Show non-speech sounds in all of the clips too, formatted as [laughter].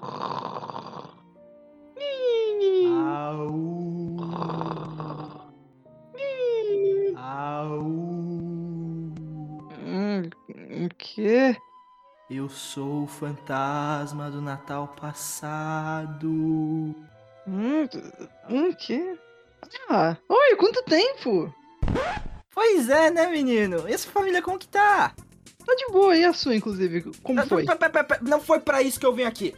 Ah, Au. Au. Hum, o quê? Eu sou o fantasma do Natal passado. Hum, hum, que? Ah, oi, quanto tempo? Pois é, né, menino? E a sua família como que tá? Tá de boa, e a sua, inclusive? Como foi? Pe- pe- pe- pe- Não foi pra isso que eu vim aqui.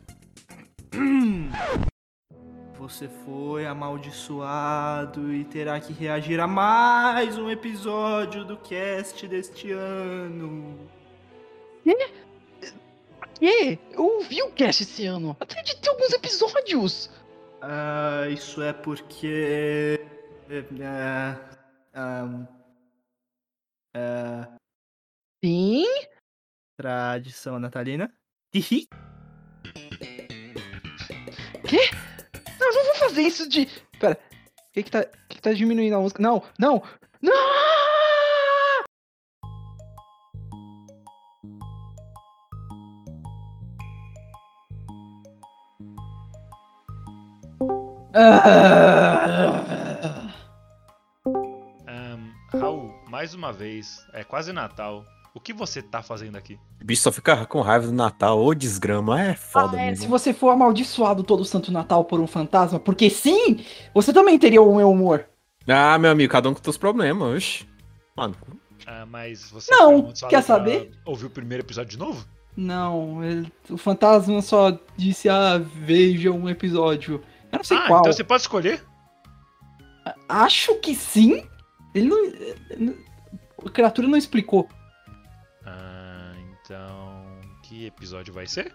Hum. Você foi amaldiçoado e terá que reagir a mais um episódio do cast deste ano. E eu ouvi o cast esse ano. Até de ter alguns episódios. Ah, isso é porque. é, é, ah, Sim? tradição natalina. Hihi. Não, eu não vou fazer isso de. Pera, o que que tá, o que que tá diminuindo a música? Não, não, não! Ah. Ahn, Raul, mais uma vez, é quase Natal. O que você tá fazendo aqui? O bicho só fica com raiva do Natal, ô desgrama, é foda Ah, é, se mesmo. você for amaldiçoado todo santo Natal por um fantasma, porque sim, você também teria o meu humor. Ah, meu amigo, cada um com seus problemas, oxe. Mano, Ah, mas você. Não, foi amaldiçoado quer pra saber? Ouvir o primeiro episódio de novo? Não, ele- o fantasma só disse, ah, veja um episódio. Eu não sei ah, qual. então você pode escolher? Acho que sim. Ele não... ele- A criatura não explicou. Ah, então. Que episódio vai ser?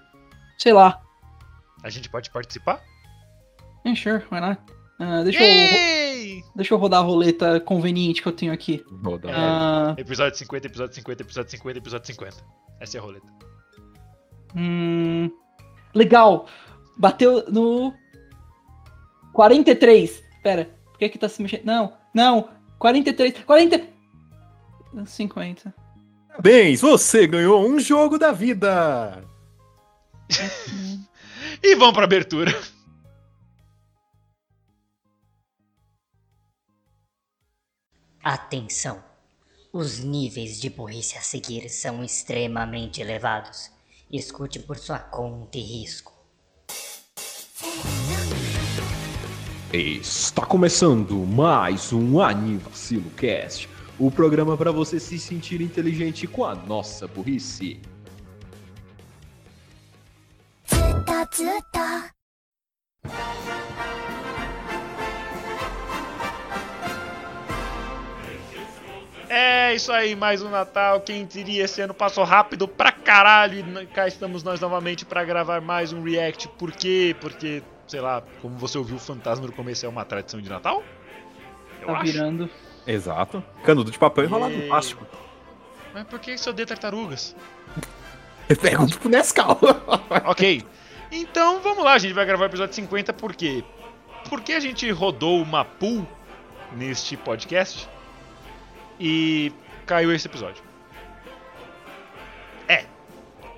Sei lá. A gente pode participar? Eh, Sure, why not? Ah, deixa, eu, Yay! deixa eu rodar a roleta conveniente que eu tenho aqui. roda. Ah, Episódio 50, episódio 50, episódio 50, episódio 50. Essa é a roleta. hum, legal. Bateu no 43. Pera, por que que tá se mexendo? Não, não. 43, 40. 50. Parabéns, você ganhou um jogo da vida. E vamos pra abertura. Atenção! Os níveis de burrice a seguir são extremamente elevados. Escute por sua conta e risco. Está começando mais um Anivacilo Cast, o programa para você se sentir inteligente com a nossa burrice. É isso aí, mais um Natal. Quem diria esse ano passou rápido pra caralho. E n- cá estamos nós novamente pra gravar mais um React. Por quê? Porque, sei lá, como você ouviu, o fantasma no começo é uma tradição de Natal? Eu Tá acho. virando. Exato. Canudo de papel enrolado Yay. no plástico. Mas por que só de tartarugas? Pega [laughs] tipo Nescau. ok. Então vamos lá, a gente vai gravar o episódio 50 por quê? Porque a gente rodou uma pool neste podcast e caiu esse episódio. É.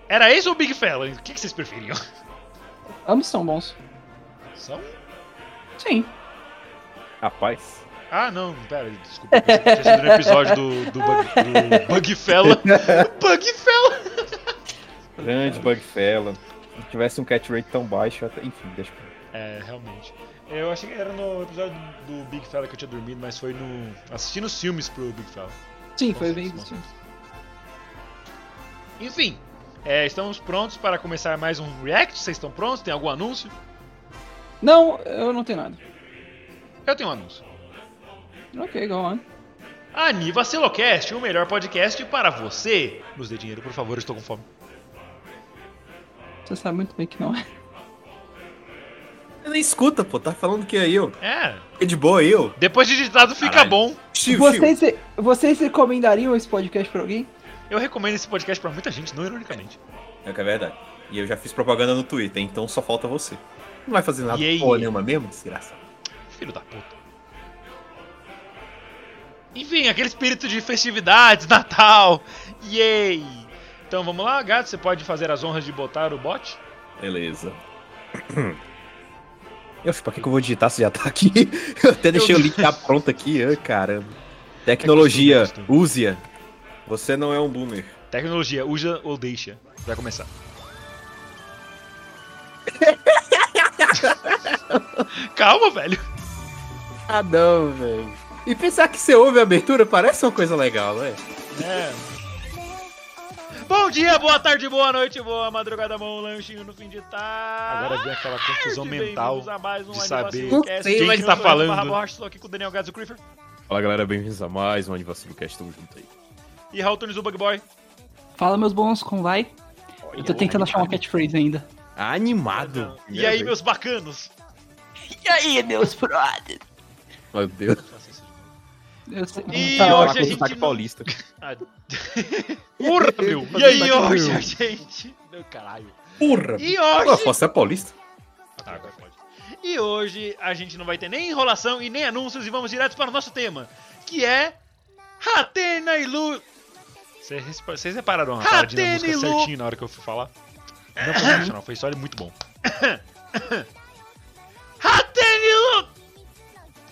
Era esse ou Big Fella? O que que vocês preferiam? Ambos são bons. São? Sim. Rapaz. Ah, não, pera, desculpa. eu pensei que Tinha sido no episódio do, do, Bug, do Bug [laughs] Fella. Bug Fella! Grande Bugfella. Se tivesse um catch rate tão baixo, até... enfim, deixa eu... É, realmente. Eu achei que era no episódio do, do Big Fella que eu tinha dormido, mas foi no. assistindo os filmes pro Big Fella. Sim, foi Bom bem senso, isso. bom senso. Enfim, é, estamos prontos para começar mais um React. Vocês estão prontos? Tem algum anúncio? Não, eu não tenho nada. Eu tenho um anúncio. Ok, go on. Aniva Silocast, o melhor podcast para você. Nos dê dinheiro, por favor, eu estou com fome. Você sabe muito bem que não é. Você nem escuta, pô. Tá falando que aí, ó. É, Fica de boa aí, ó. depois de digitado fica Caralho. bom. Chiu, chiu. Vocês, se- vocês recomendariam esse podcast pra alguém? Eu recomendo esse podcast para muita gente, não ironicamente. É que é verdade. E eu já fiz propaganda no Twitter, então só falta você. Não vai fazer nada Yay. porra nenhuma mesmo, desgraça. Filho da puta. Enfim, aquele espírito de festividades, [laughs] Natal. Yay! Então vamos lá, gato, você pode fazer as honras de botar o bot? Beleza. [clears throat] Eu, pra que, que eu vou digitar se já tá aqui? [laughs] Eu até deixei o link já pronto aqui, ah, caramba. Tecnologia, use-a. Você não é um boomer. Tecnologia, usa ou deixa. Vai começar. Calma, velho. Ah não, velho. E pensar que você ouve a abertura parece uma coisa legal, né? É. Bom dia, boa tarde, boa noite, boa madrugada, bom lanchinho no fim de tarde. Agora vem aquela confusão mental. Ah, Bem-vindos a mais um de Anivacilo saber Cast. quem Eu que sou tá o Eduardo falando. Barra Borges, Estou aqui com o Daniel Gadzo Creeper Fala galera, bem-vindos a mais um AnivaciloCast, tamo junto aí. e Raul Tunes, o Bug Boy. Fala, meus bons, como vai? Eu tô tentando achar uma catchphrase ainda. Animado. E aí, meus bacanos? E aí, meus brothers? Meu Deus. Eu sei E tá, hoje com a sotaque gente... não- paulista. Porra, meu! E aí, hoje a gente... Meu caralho. Porra. E Pô, hoje... você é paulista? Tá, agora pode. E hoje a gente não vai ter nem enrolação e nem anúncios e vamos direto para o nosso tema, que é Hatena e Lu... Vocês vocês repararam a paradinha da música Ratenilu. certinho na hora que eu fui falar? Não foi profissional, foi só ele [coughs] muito bom. Hatena e Lu...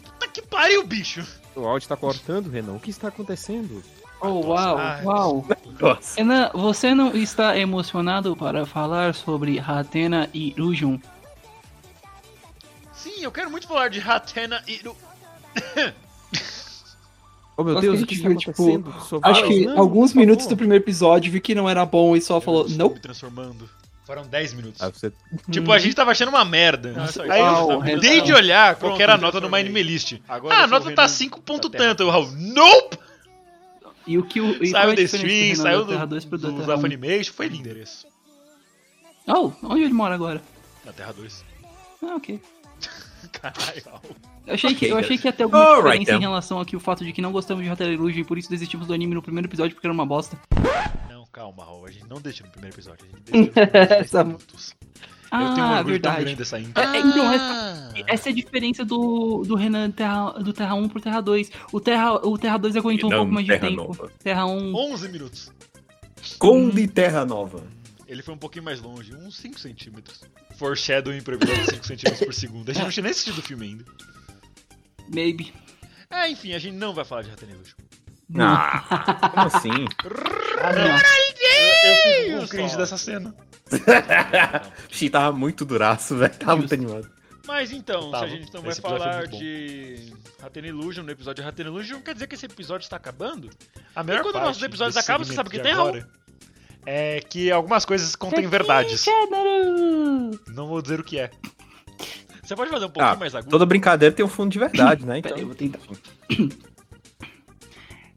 Puta que pariu, bicho! O áudio tá cortando, Renan. O que está acontecendo? Oh, uau, Ai. uau. Nossa. Renan, você não está emocionado para falar sobre Hatena e Rujun? Sim, eu quero muito falar de Hatena e Lu... Oh meu Nossa, Deus, que o que está gente, tipo, acontecendo? Acho que alguns minutos do primeiro episódio vi que não era bom e só falou, Estou não. me transformando. Foram 10 minutos. Ah, você... Uhum. Tipo, a gente tava achando uma merda. Nossa, Aí uau, eu Renan. dei de olhar qual Pronto, que era a nota no transformei. MindMelist. Agora Ah, a eu sou o nota tá Renan 5 ponto da Terra. tanto. Eu, Raul, nope! E o que o. e qual é Saiu a da diferença do stream, Renan saiu da Terra 2 do, pro da do, Terra da 1? Funimation, foi lindo endereço. Oh, onde ele mora agora? Na Terra 2. Ah, ok. [laughs] Caralho, Raul. Eu achei, Ok, que, eu achei que ia ter alguma Alright, diferença então. then. em relação aqui o fato de que não gostamos de Hatena e Rujun e por isso desistimos do anime no primeiro episódio porque era uma bosta. Não, calma, Raul. A gente não deixa no primeiro episódio. A gente deixa no [laughs] primeiro Essa- minutos. Eu tenho um Tá Ah, orgulho tão verdade. grande dessa intro. Ah! É, então, essa, essa é a diferença do, do Renan Terra, do Terra 1 pro Terra 2. O Terra, o Terra 2 aguentou um pouco mais de tempo. Terra 1. 11 minutos. Conde Terra Nova. Ele foi um pouquinho mais longe, uns 5 centímetros. Foreshadowing pra episódio 5 centímetros por segundo. A gente não tinha nem assistido o filme ainda. Maybe. Ah, enfim, a gente não vai falar de Ratanei Luxo. Ah, [laughs] como assim? Eu, eu fico Deus, com cringe Raul. dessa cena. Xi tava muito duraço, velho. Tava muito Justo. animado. Mas então, se Tava. a gente não vai Tá Esse episódio foi falar muito bom. de Hatena Illusion no episódio de Hatena Illusion, quer dizer que esse episódio está acabando? A melhor e quando parte nossos episódios desse acabam, você sabe o que tem, segmento de Raul? É que algumas coisas contêm verdades. Não vou dizer o que é. Você pode fazer um pouquinho Ah, mais agudo? [laughs] Toda brincadeira tem um fundo de verdade, né? Pera, aí, eu Então, vou tentar.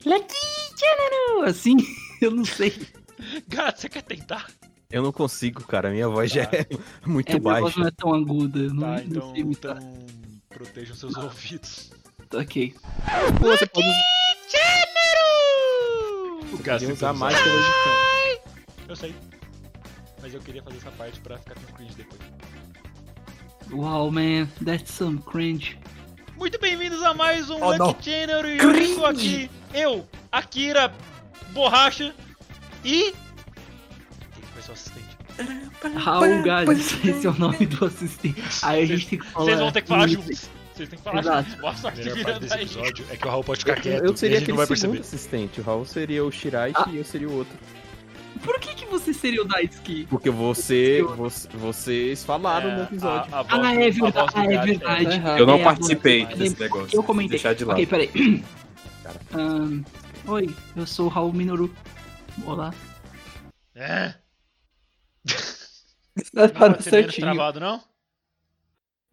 Lucky Channel! Assim, [laughs] eu não sei. Gato, você quer tentar? eu não consigo, cara. Minha voz já é muito É, minha voz baixa. não é tão aguda. eu Não, Tá, não então, sei imitar. então protejam seus ouvidos. Ok. Você pode O Gato tem é usar que mais hoje. Eu sei. Mas eu queria fazer essa parte pra ficar com cringe depois. Wow, man, that's some cringe. Muito bem-vindos a mais um Oh, não. Lucky Channel e eu estou aqui, eu, Akira, Borracha e... Quem que foi seu assistente? Raul Gades, [laughs] esse é o nome do assistente. Aí a gente tem que falar. Vocês vão ter que falar isso. juntos. Vocês têm que falar Exato. juntos. Boa sorte A melhor parte virando desse aí. episódio é que o Raul pode ficar quieto. Eu e seria a gente não aquele vai segundo perceber. assistente. O Raul seria o Shirai Ah. e eu seria o outro. Por que, que você seria o Daisuke? Porque você, você- vocês falaram no episódio. É, A, a voz, Ah, é a verdade. voz do Ah, é Gads verdade. Eu não É, participei agora- desse negócio. Eu comentei. Deixar de lado. Ok, peraí. Ahn, oi, eu sou o Raul Minoru. Olá. É. Tá Não pode ser menos travado, não?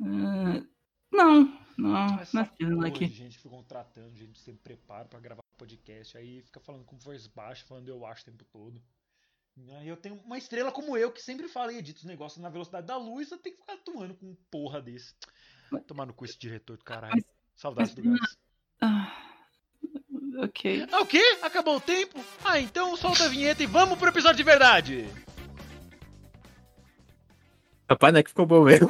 Ahn, não, não, não é feeling Pô, like. gente ficou contratando, gente sem preparo pra gravar podcast, aí fica falando com voz baixa, falando eu acho o tempo todo. Aí eu tenho uma estrela como eu que sempre fala e edita os negócios na velocidade da luz, eu tenho que ficar atuando com um porra desse. Tomar no cu esse diretor do caralho. Saudades do Gans. Ah, ok. Ah, o quê? Acabou o tempo? Ah, então solta a vinheta e vamos pro episódio de verdade! Rapaz, né que ficou bom mesmo.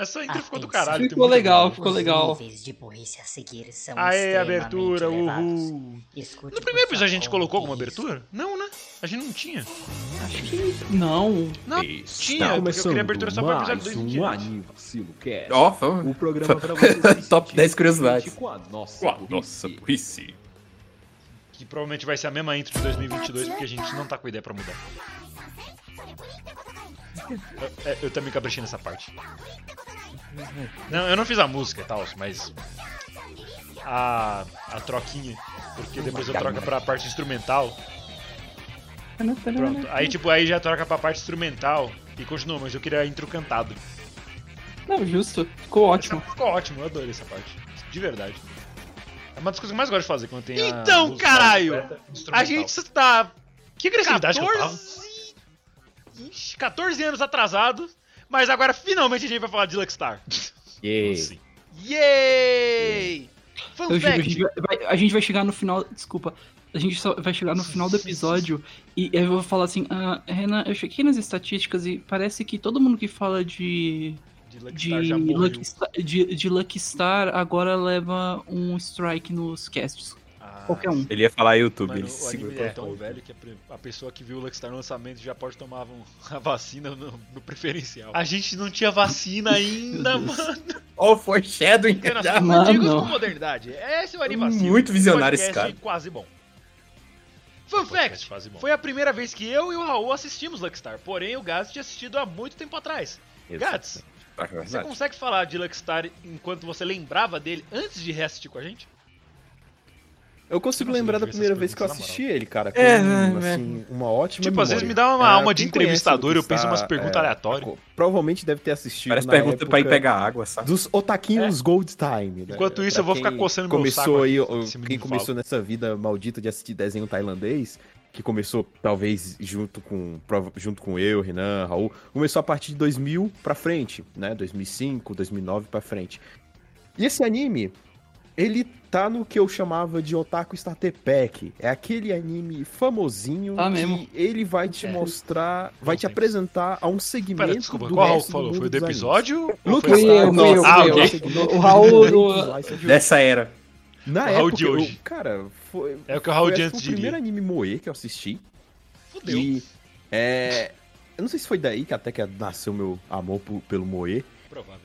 Essa intro ficou do caralho. tem Ah, Ficou muito- legal, ficou legal. Os níveis de burrice a seguir são Aê, extremamente abertura, elevados. uhul. Escute No primeiro por sua episódio a gente conta colocou e alguma risco. abertura? Não, né? A gente não tinha. Não. Não, tinha, porque eu queria abertura só pra episódio mais 2 um Anivacilo Cast. Ó, vamos. O programa pra vocês [laughs] Top 10 curiosidades. curiosidades. Com a nossa, Uau, burrice. Nossa, burrice. Que provavelmente vai ser a mesma intro de 2022, porque a gente não tá com ideia pra mudar. Eu, é, eu também caprichei nessa parte. Não, eu não fiz a música e tal, mas. A, a troquinha, porque depois eu troco pra parte instrumental. Pronto. Aí tipo, aí já troca pra parte instrumental e continua, mas eu queria a intro cantada. Não, justo. Ficou Essa ótimo. ficou ótimo, eu adorei essa parte. De verdade. É uma das coisas que eu mais gosto de fazer quando tem a Então, música caralho! completa, A instrumental. gente tá Que agressividade que eu tava. 14... Ixi, 14 anos atrasado, mas agora finalmente a gente vai falar de Luckstar. Yeah. Yay! Fun Eu juro, a, fact, gente vai, a gente vai chegar no final. Desculpa. A gente só vai chegar no final do episódio e eu vou falar assim: ah, Renan, eu chequei nas estatísticas e parece que todo mundo que fala de. de De Luckstar já morreu. Lucky, Star, de, de Lucky Star agora leva um strike nos casts. Ah, Qualquer um. Ele ia falar YouTube, Mano, ele o segurou. anime é tão velho que a, pre- a pessoa que viu o Luckstar no lançamento já pode tomar um- [laughs] a vacina no, no preferencial. a gente não tinha vacina [laughs] ainda, mano. Ó, o foreshadowing. Nós já. somos antigos Mano. com modernidade. Esse é o Anivacilo. Muito visionário Podcast esse cara. quase bom. Fun fact, Fase bom. Foi a primeira vez que eu e o Raul assistimos Luckstar, porém o Gats tinha assistido há muito tempo atrás. Gats, Tá, você Exato. consegue falar de Luckstar enquanto você lembrava dele antes de reassistir com a gente? Eu consigo Nossa, lembrar eu da vi essas primeira vez que eu perguntas, na assisti ele, cara. Com, É, né, assim, uma ótima Tipo, às vezes me memória. dá uma Cara, alma de É, quem conhece entrevistador e eu Lucky penso umas Star, perguntas é, aleatórias. co- Provavelmente deve ter assistido. Parece na pergunta pra ir época pegar água, sabe? Dos otaquinhos É. Gold Time. né? Enquanto isso, Pra eu vou ficar quem coçando meu começou saco aí, aqui, ó, esse menino Quem começou nessa vida maldita de assistir desenho tailandês, que começou talvez junto com, prova- junto com eu, Renan, Raul, começou a partir de 2000 pra frente, né? 2005, 2009 pra frente. E esse anime, ele tá no que eu chamava de Otaku Starter Pack. É aquele anime famosinho Tá mesmo. É. que ele vai te mostrar, vai te apresentar a um segmento Pera, desculpa, do qual Raul resto do falou? mundo Foi do dos animes. episódio? ou Lucas foi um? Ah, Fui eu, Star, fui eu, nossa, fui eu eu. achei que O [laughs] Raul do- Dessa era. Na Raul época, de hoje. Eu, cara, foi, É o que o foi Raul de acho que antes o primeiro diria. anime Moe que eu assisti. Fudeu. E, é, eu não sei se foi daí que até que nasceu meu amor po- pelo Moe. Provável.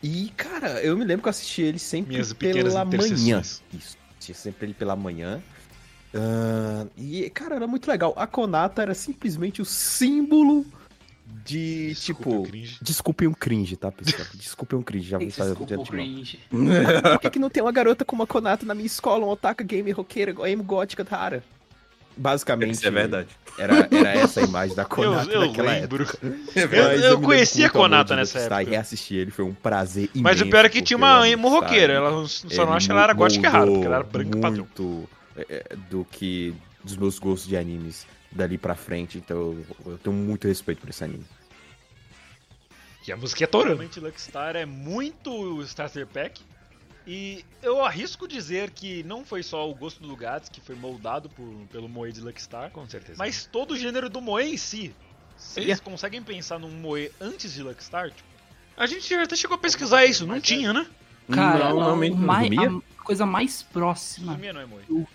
E, cara, eu me lembro que eu assisti ele sempre Minhas pequenas pela manhã. interseções. Isso, assistia sempre ele pela manhã. Ah, e, cara, era muito legal. A Konata era simplesmente o símbolo de, Desculpa, tipo... eu cringe. Desculpe um cringe, tá, pessoal? [laughs] Desculpe um cringe, já vou fazer Desculpa o cringe. Por que, que não tem uma garota com uma Konata na minha escola, um otaka gamer roqueira, emo gótica rara? Basicamente, Isso é verdade. [laughs] Era, era essa a imagem da Eu, Konata eu naquela época. lembro. É Mas Eu- me eu lembro conhecia com muito amor Konata de nessa Lucky Star época. E assistir ele foi um prazer imenso. Mas o pior é que porque tinha eu uma amo emo Star. roqueira. Ela não- só não Ele acho que ela era gótica e rara, porque ela era moldou branca e padrão. muito é, do que dos meus gostos de animes dali pra frente, então eu, eu tenho muito respeito por esse anime. E a música é torando. Realmente Luckstar é muito Starter Pack. E eu arrisco dizer que não foi só o gosto do Gats que foi moldado por- pelo Moe de Luckstar, Com certeza. mas todo o gênero do Moe em si. Vocês conseguem pensar num Moe antes de Luckstar? Tipo, a gente até chegou a pesquisar isso, não Mas é. tinha, né? Cara, Hum, Não, o realmente não mai- dormia? a coisa mais próxima. Suzumia não é Moe.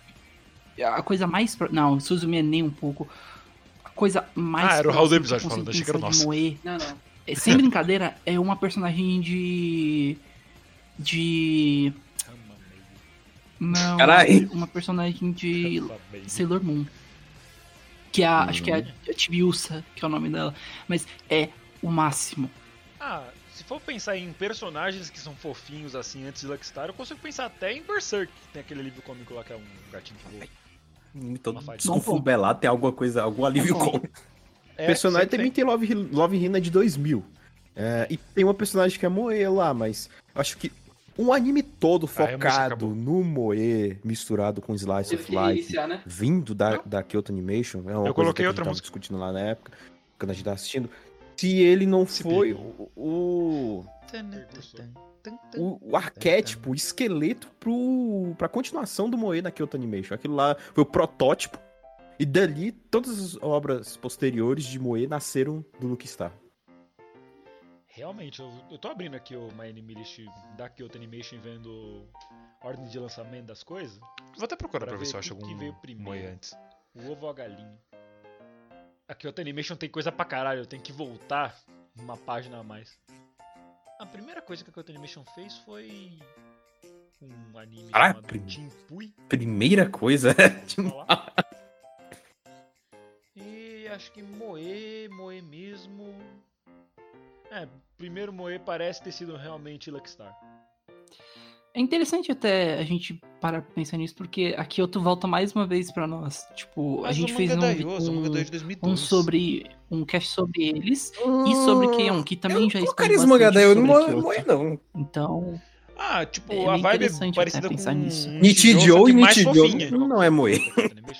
A coisa mais próxima. Não, Suzumiya nem um pouco. A coisa mais Ah, era o Raul do próxima episódio que eu falando, consigo achei que era o pensar nosso. de Moe. Não, não. É, Sem brincadeira, é uma personagem de. De. Não. Caralho. Uma personagem de Sailor Moon. Que é a, acho que é Hum. a Tibiusa, que é o nome dela. Mas é o máximo. Ah, se for pensar em personagens que são fofinhos assim antes de Luckstar, eu consigo pensar até em Berserk, que tem aquele livro cômico lá que é um gatinho que voa. Todo Uma desconfumbelado, Hum, tem alguma coisa, algum alívio Bom. cômico. É, personagem sempre também tem Love, Hi- Love Hina de 2000. É, e tem uma personagem que é Moe lá, mas acho que um anime todo música focado acabou. no Moe misturado com Slice of Life, né? vindo da, da Kyoto Animation, é uma Eu coisa coloquei que a gente outra tava música. discutindo lá na época, quando a gente tava assistindo. Se ele não foi o, o, né? o- o arquétipo, o esqueleto pro, pra continuação do Moe na Kyoto Animation. Aquilo lá foi o protótipo. E dali, todas as obras posteriores de Moe nasceram do Luke Star. Realmente, eu, eu tô abrindo aqui o My Anime List da Kyoto Animation vendo ordem de lançamento das coisas. Vou até procurar pra, Pra ver, se eu ver acho o que algum veio primeiro. moi antes. O ovo ou a galinha. A Kyoto Animation tem coisa pra caralho, eu tenho que voltar uma página a mais. A primeira coisa que a Kyoto Animation fez foi um anime Ah, chamado prim- [laughs] Chimpui, Primeira coisa é. falar. E acho que Moe, Moe mesmo. É, primeiro Moe parece ter sido realmente Luckstar. É interessante até a gente parar pra pensar nisso, porque a Kyoto volta mais uma vez pra nós. Tipo, a Mas gente o fez manga um, é da Yoso, o manga da um, Yoso de 2002. um sobre. um cast sobre eles e sobre Keion, que também já eu está colocaria esse mangá daí, eu não moia, [laughs] não. Então, Ah, tipo, É bem a vibe interessante até parecida com pensar nisso. um Nichijou só e que mais Nichijou fofinha. não não é moe.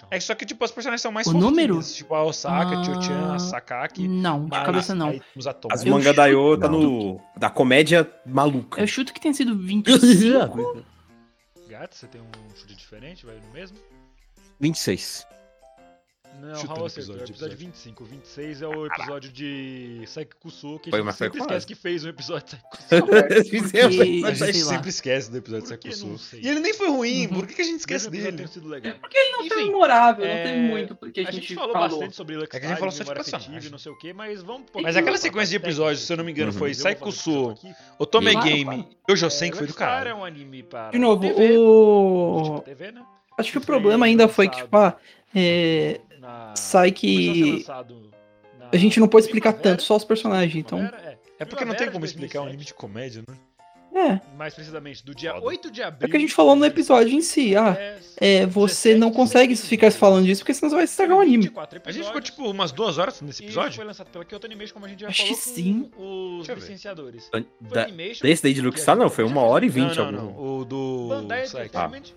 É só que, tipo, as personagens são mais O número? fofinhas, Tipo, a Osaka, Ah, ah, Tio-chan, a Sakaki. não, de mas- cabeça não. aí Os Atomas. As Eu manga da Yo tá Não. no. da comédia maluca. Eu chuto que tenha [laughs] sido 25. Gato, você tem um chute diferente, vai no mesmo? 26. Não, Chuta Raul no acertou, é o episódio, episódio episódio. 25. 26 é o episódio de Saikusu, que a Foi, gente mas foi sempre quase. esquece que fez um episódio de Saikusu. é [laughs] Porque, A gente sei lá. sempre esquece do episódio de Por que não Sakusu. sei? E ele nem foi ruim, Uhum. por que, que a gente esquece Mesmo episódio dele? ter sido legal. Porque ele não Enfim, foi memorável, é, não teve muito porque A gente falou, bastante sobre Luckstar, É que a gente falou sobre memória personagem. afetiva e não sei o que, mas vamos... um Mas aquela sequência de episódios, se eu não me engano, Uhum. foi Eu vou fazer Saikusu, aqui. Otome Claro, Game, eu já sei que foi do Blackstar caralho. é um anime para De novo, TV, tipo o. TV, né? Acho que o foi problema ainda foi que, lançado tipo, ah, é, Na... sai começou a ser que. lançado na A gente não pôde explicar primavera, tanto, só os personagens, então. primavera, é. É porque não tem Primavera como de explicar um 2007. anime de comédia, né? É. Mais precisamente, do dia Foda. 8 de abril. É o que a gente falou no episódio em si. Ah, é, você não consegue ficar falando disso porque senão você vai estragar o anime. A gente ficou, tipo, umas duas horas nesse episódio? episódio. foi lançado pela Kyoto Animation, como a gente já Acho falou, que com sim. os Deixa eu ver. licenciadores. Foi Da- Animation, Desse daí de tá, Luxar não, foi uma hora e vinte não, não, algum. não. O do. Bandai Sai- Entertainment,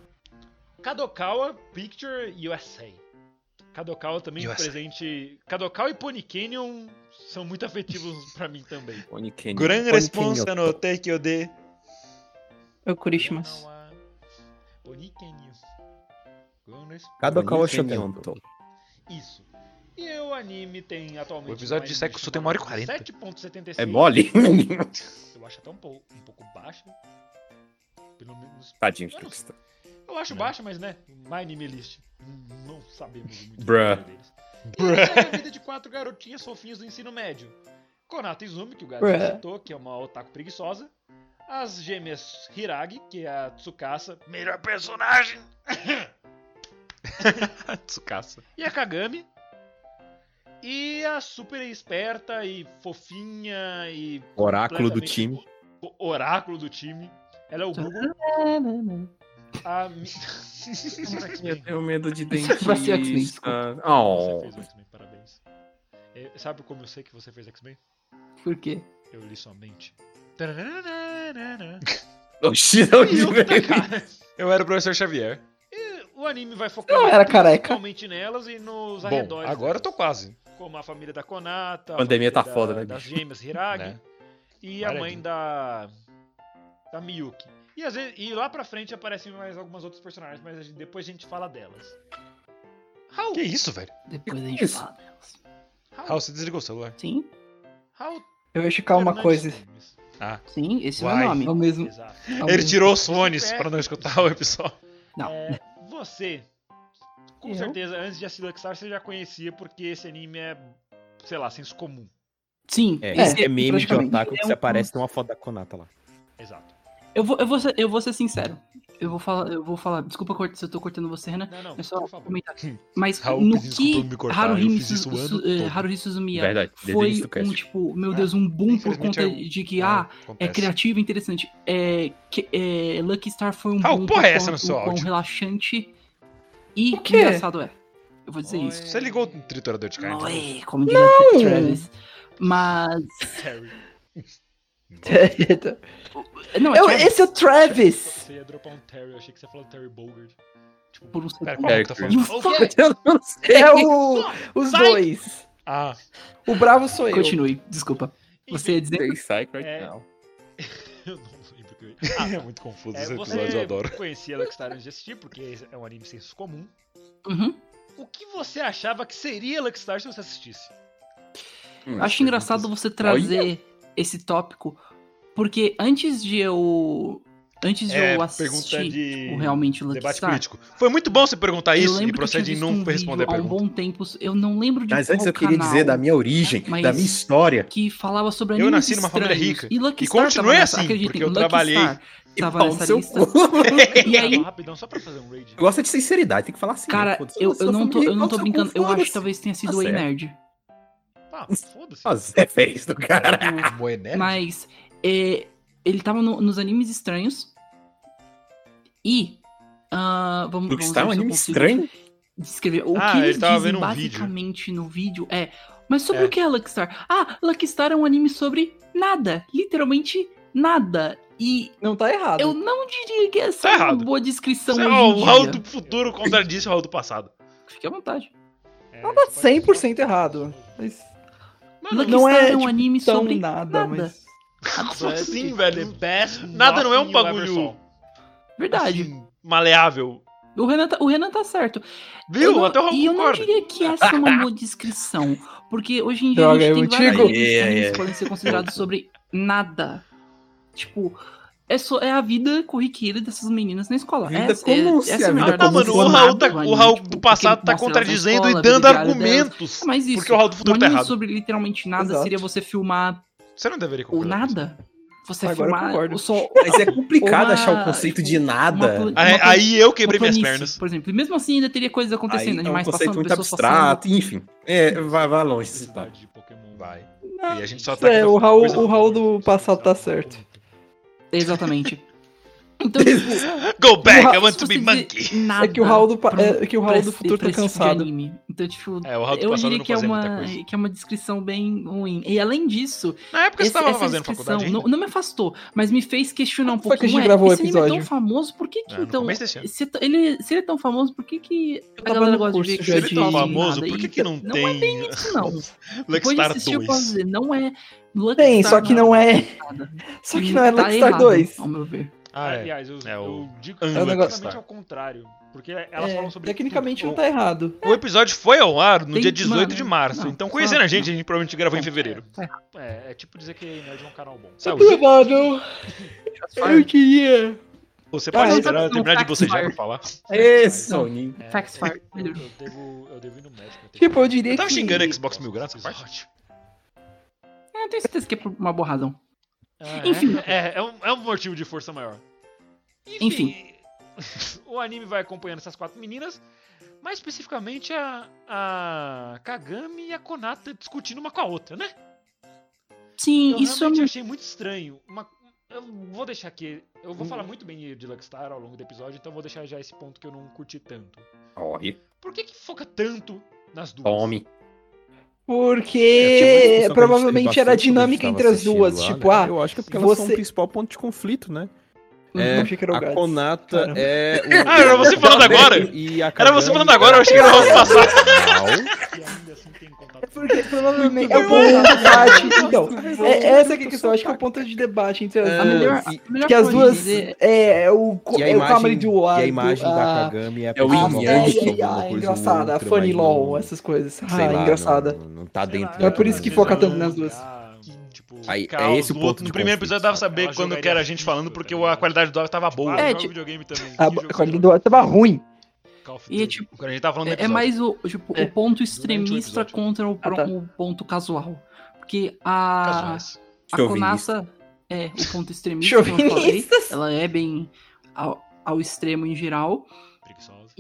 Kadokawa Picture USA. Kadokawa também USA. presente. Kadokawa e Pony Canyon são muito afetivos pra mim também. Oniken. Gran Oniken, responsa no Ah, Take OD. É o Kurishimas. Yanawa Pony Canyon. Goodness. Cada é Oniken, qual chamento. Isso. E o anime tem atualmente. O episódio um de anime Saikusu tem uma hora e chamado 40. 7.76. É [laughs] mole? Eu acho até um pouco, um pouco baixo. Pelo menos. Tadinho de Luxar. Eu É. acho baixo, mas né? My anime list. Não sabemos muito Bruh. sobre deles. E a vida de quatro garotinhas fofinhas do ensino médio. Konato Izumi, que o gato Bruh. citou, que é uma otaku preguiçosa. As gêmeas Hiragi, que é a Tsukasa, melhor personagem. Tsukasa. E a Kagami. E a super esperta e fofinha e. Oráculo do completamente time. o- o- Oráculo do time. Ela é o Google. A. mi- Eu tenho medo de é Pra ser X-Men, dentista. desculpa. Oh. [laughs] Você fez o X-Men, parabéns. É, sabe como eu sei que você fez X-Men? Por quê? Eu li somente. Oxi, não [laughs] E eu, de cara, Eu era o professor Xavier. o anime vai focar Não é era careca. principalmente nelas e nos Bom, arredores. né? agora eu tô delas, quase. Como a família da Konata. A pandemia família tá da- foda, né, Das bicho? gêmeas Hiragi. Né? E a mãe Maravilha. da. Da Miyuki. E, às vezes- e lá pra frente aparecem mais algumas outras personagens, mas a gente- depois a gente fala delas. Raul, Que isso, velho? Depois a gente fala delas. Raul, Raul, você desligou o celular. Sim, Raul eu vou checar uma Fernandes coisa. Gomes. Sim, esse é o Uai. meu nome. É o mesmo. Exato. é o Ele mesmo. tirou os fones É. pra não escutar o episódio. Não. É, você, com Eu? certeza, antes de assistir Luckstar, você já conhecia, porque esse anime é, sei lá, senso comum. Sim, É, esse é, meme de praticamente. otaku que É se um- aparece numa foto da Konata lá. Exato. Eu vou, eu, vou ser, eu vou ser sincero. Eu vou falar, eu vou falar. Desculpa cort- se eu tô cortando você, Renan. Não, não, É só por favor. comentar. Mas Raul, no desculpa que me cortar, eu Haruhi eh, fiz isso o ano todo. Suzumiya Verdade, foi desde o um, cast. tipo, meu Deus, um boom por Infelizmente, conta é um- de que, ah, é criativo e interessante. É, que, é, Lucky Star foi Ah, um Raul, boom porra por é essa conta no seu do quão tipo áudio? relaxante e O que quê? engraçado é. Eu vou dizer isso. Você ligou o triturador de carne? Não é, como diria o Travis. Mas. [laughs] Não, é Eu- Travis esse é o Travis! Você ia dropar um Terry, eu achei que você falou Terry Bogard. por um Pera, segundo. qual é que tá You falando? fuck! Eu não sei. É o. Os Vai. dois. Ah, O bravo sou eu. Continue, desculpa. Você ia dizer. Tem Psych right É. now. [laughs] Eu não lembro o que eu ia é muito confuso É, esse episódio, eu adoro. você [laughs] conhecia Luckstar antes de assistir, porque é um anime senso comum. Uhum. O que você achava que seria Luckstar se você assistisse? Acho engraçado você trazer esse tópico, porque antes de eu. Antes de É, eu pergunta assistir de- o realmente Lucky Debate Star, político. Foi muito bom você perguntar eu isso e lembro que eu procede tinha em visto não um responder a vídeo há um pergunta. bom tempo, eu não lembro de Mas antes qual eu queria canal dizer da minha origem, Mas- da minha história. que falava sobre Eu animes nasci numa família estranhos. rica E Lucky e Star continuei tava nessa, assim, acreditem, porque eu Lucky trabalhei. Star tava pau no nessa seu lista. cu. [laughs] E aí, Rapidão, só pra fazer um raid. Eu gosto de sinceridade, tem que falar assim. né? cara, Foda-se, eu, foda-se, eu sua não tô, família, eu pau não tô no seu brincando, cu, eu acho foda-se. que talvez tenha sido Tá o certo. Nerd. Tá, foda-se. Ó, Ah, Zé fez do cara. Moené? Mas é, ele tava no- nos animes estranhos. E. ah, vamos Luke vamos Star é um ver se eu anime consigo estranho. Descrever. O Ah, que ele eles tava dizem vendo um vídeo. basicamente no vídeo é. Mas sobre É. o que é Lucky Star? Ah, Lucky Star é um anime sobre nada. Literalmente nada. E Não tá errado. eu não diria que essa Tá é uma errado. boa descrição Isso hoje é em o Raul dia. do futuro contradisse o Raul do passado. Fique à vontade. Não tá 100% errado. Mas Lucky não Star é, é, um tipo, anime tão sobre nada, nada. mas. Como assim, que- velho? the best Nada não é um nothing you ever bagulho saw. Verdade. assim, maleável. O Renan, tá, o Renan tá certo. Viu? Eu não- Até o Raul E eu não concorda. diria que essa é [laughs] uma boa descrição. Porque hoje em dia Droga, a eu gente tem vários digo. animes É, animes é. que podem ser considerados sobre nada. Tipo, é, só, é a vida corriqueira dessas meninas na escola. Vida Essa- como é, se essa a vida é melhor Ah, como descrição mano, se o do Raul, nada tá- do o anime, Raul tipo, do porque passado tá mostra elas na contradizendo escola, e a vida dando diária delas. argumentos. É, Mas isso, Porque o Raul do um futuro tá anime errado. sobre literalmente nada Exato. seria você filmar Você não deveria o concordar. com isso. nada. Você Agora eu filmar concordo. o só Mas é complicado Uma- achar o conceito de nada. uma pla- Aí, uma aí eu Uma quebrei minhas planície, pernas. Por exemplo. E mesmo assim ainda teria coisas Aí acontecendo, é um animais conceito passando, muito pessoas abstrato, passando. enfim. É, vai, vai longe tá. esse papo. Cidade de Pokémon. Vai. E a gente só tá É, aqui o pra falar Raul, coisa o boa. Raul do passado tá certo. Exatamente. [laughs] Então, tipo, Go back, I se want to você be dizer monkey. nada É que o Raul do, pa- pra um- é que o pra Raul do esse- futuro pra tá esse tipo de cansado. anime. Então, tipo, É, o Raul do eu passado diria não que é, fazia muita uma, coisa. que é uma descrição bem ruim. E além disso, Na época você esse- tava essa fazendo descrição faculdade ainda? não, não me afastou, mas me fez questionar um Quando foi pouco. que a gente gravou o esse anime é tão episódio? famoso, por que que Ah, no então... começo desse ano. Se, é t- ele, se ele é tão famoso, por que que a tava galera no gosta curso de já ver Se que ele é tão de famoso, nada? por que E que não Não é bem tem isso, não. Lucky Depois de Star assistir, eu 2? posso dizer, não é. Lucky Tem, Star só que não é. nada. [laughs] Só que E não é tá Lucky Star errado, 2. Ao meu ver. Ah, é. Aliás, eu, É o- eu digo É o exatamente negócio. ao contrário. Porque elas É, falam sobre. tipo, tecnicamente tudo. não tá errado. O episódio foi ao ar no Tem- dia 18 de mano, março. não, então, só- conhecendo a gente, não. a gente provavelmente gravou em fevereiro. É, é tipo dizer que Nerd é um canal bom. Saúde. Mano, Tá eu queria. Você Ah, pode eu- esperar eu eu- terminar de eu- bocejar eu- pra falar. É, Soninho. É, Facts [laughs] eu, fire. eu, eu devo, eu devo ir no médico. eu tenho Tipo, eu Eu diria tava que. Tá xingando a Xbox Mil Graus, essa parte. É, Eu tenho certeza que é por uma boa razão. Ah, Enfim. É, é, é um, é um motivo de força maior. Enfim. [laughs] O anime vai acompanhando essas quatro meninas, mais especificamente a, a Kagami e a Konata discutindo uma com a outra, né? Sim, Eu isso é realmente muito. achei muito estranho. Uma- Eu vou deixar aqui. Eu Hum. vou falar muito bem de Luckstar ao longo do episódio, então vou deixar já esse ponto que eu não curti tanto. Corre, Por que, que foca tanto nas duas? tome. Porque É, provavelmente era a dinâmica entre as duas. Tipo, ah, Eu acho que é porque elas são você- o principal ponto de conflito, né? eu É, achei que era o a Gats. Konata Caramba. [laughs] é. O... Ah, era você falando agora? E a Era você Kagami é falando agora, eu achei que era o Raul do passado. Não, E ainda assim tem contato. Porque provavelmente é o ponto de debate. Então, é, essa que é a questão. Acho é que é o ponto de debate entre as A melhor, e- a melhor Que as coisa duas. dizer é- É, é o, co- E a é o Family imagem, Duo. e ah, a imagem da ah, Kagami é é o Ah, Yin é, Yang, é, é, é engraçada, a Funny LOL, essas coisas. Ah, lá, engraçada. Não, não tá Sei lá, dentro. É por isso que às vezes foca ela tanto não nas duas. dá, Tipo, Aí, é Caos esse o do ponto outro. de No primeiro conflito, episódio dava sabe? saber Ela quando jogaria que era a gente FIFA falando, porque também, o- a né? qualidade do áudio tava Tipo, boa. ah, É, joga tipo- videogame também. A que jogo qualidade videogame? do ar tava ruim. Call of E é Duty. tipo, Quando a gente tava falando do é, é episódio. mais o, tipo, o é ponto extremista episódio. contra o, pro- Ah, tá. o ponto casual. Porque a, Casuais. a Chauvinista. Konata é o ponto extremista, como eu falei. Chauvinistas. Ela é bem ao, ao extremo em geral. Preguiçosa.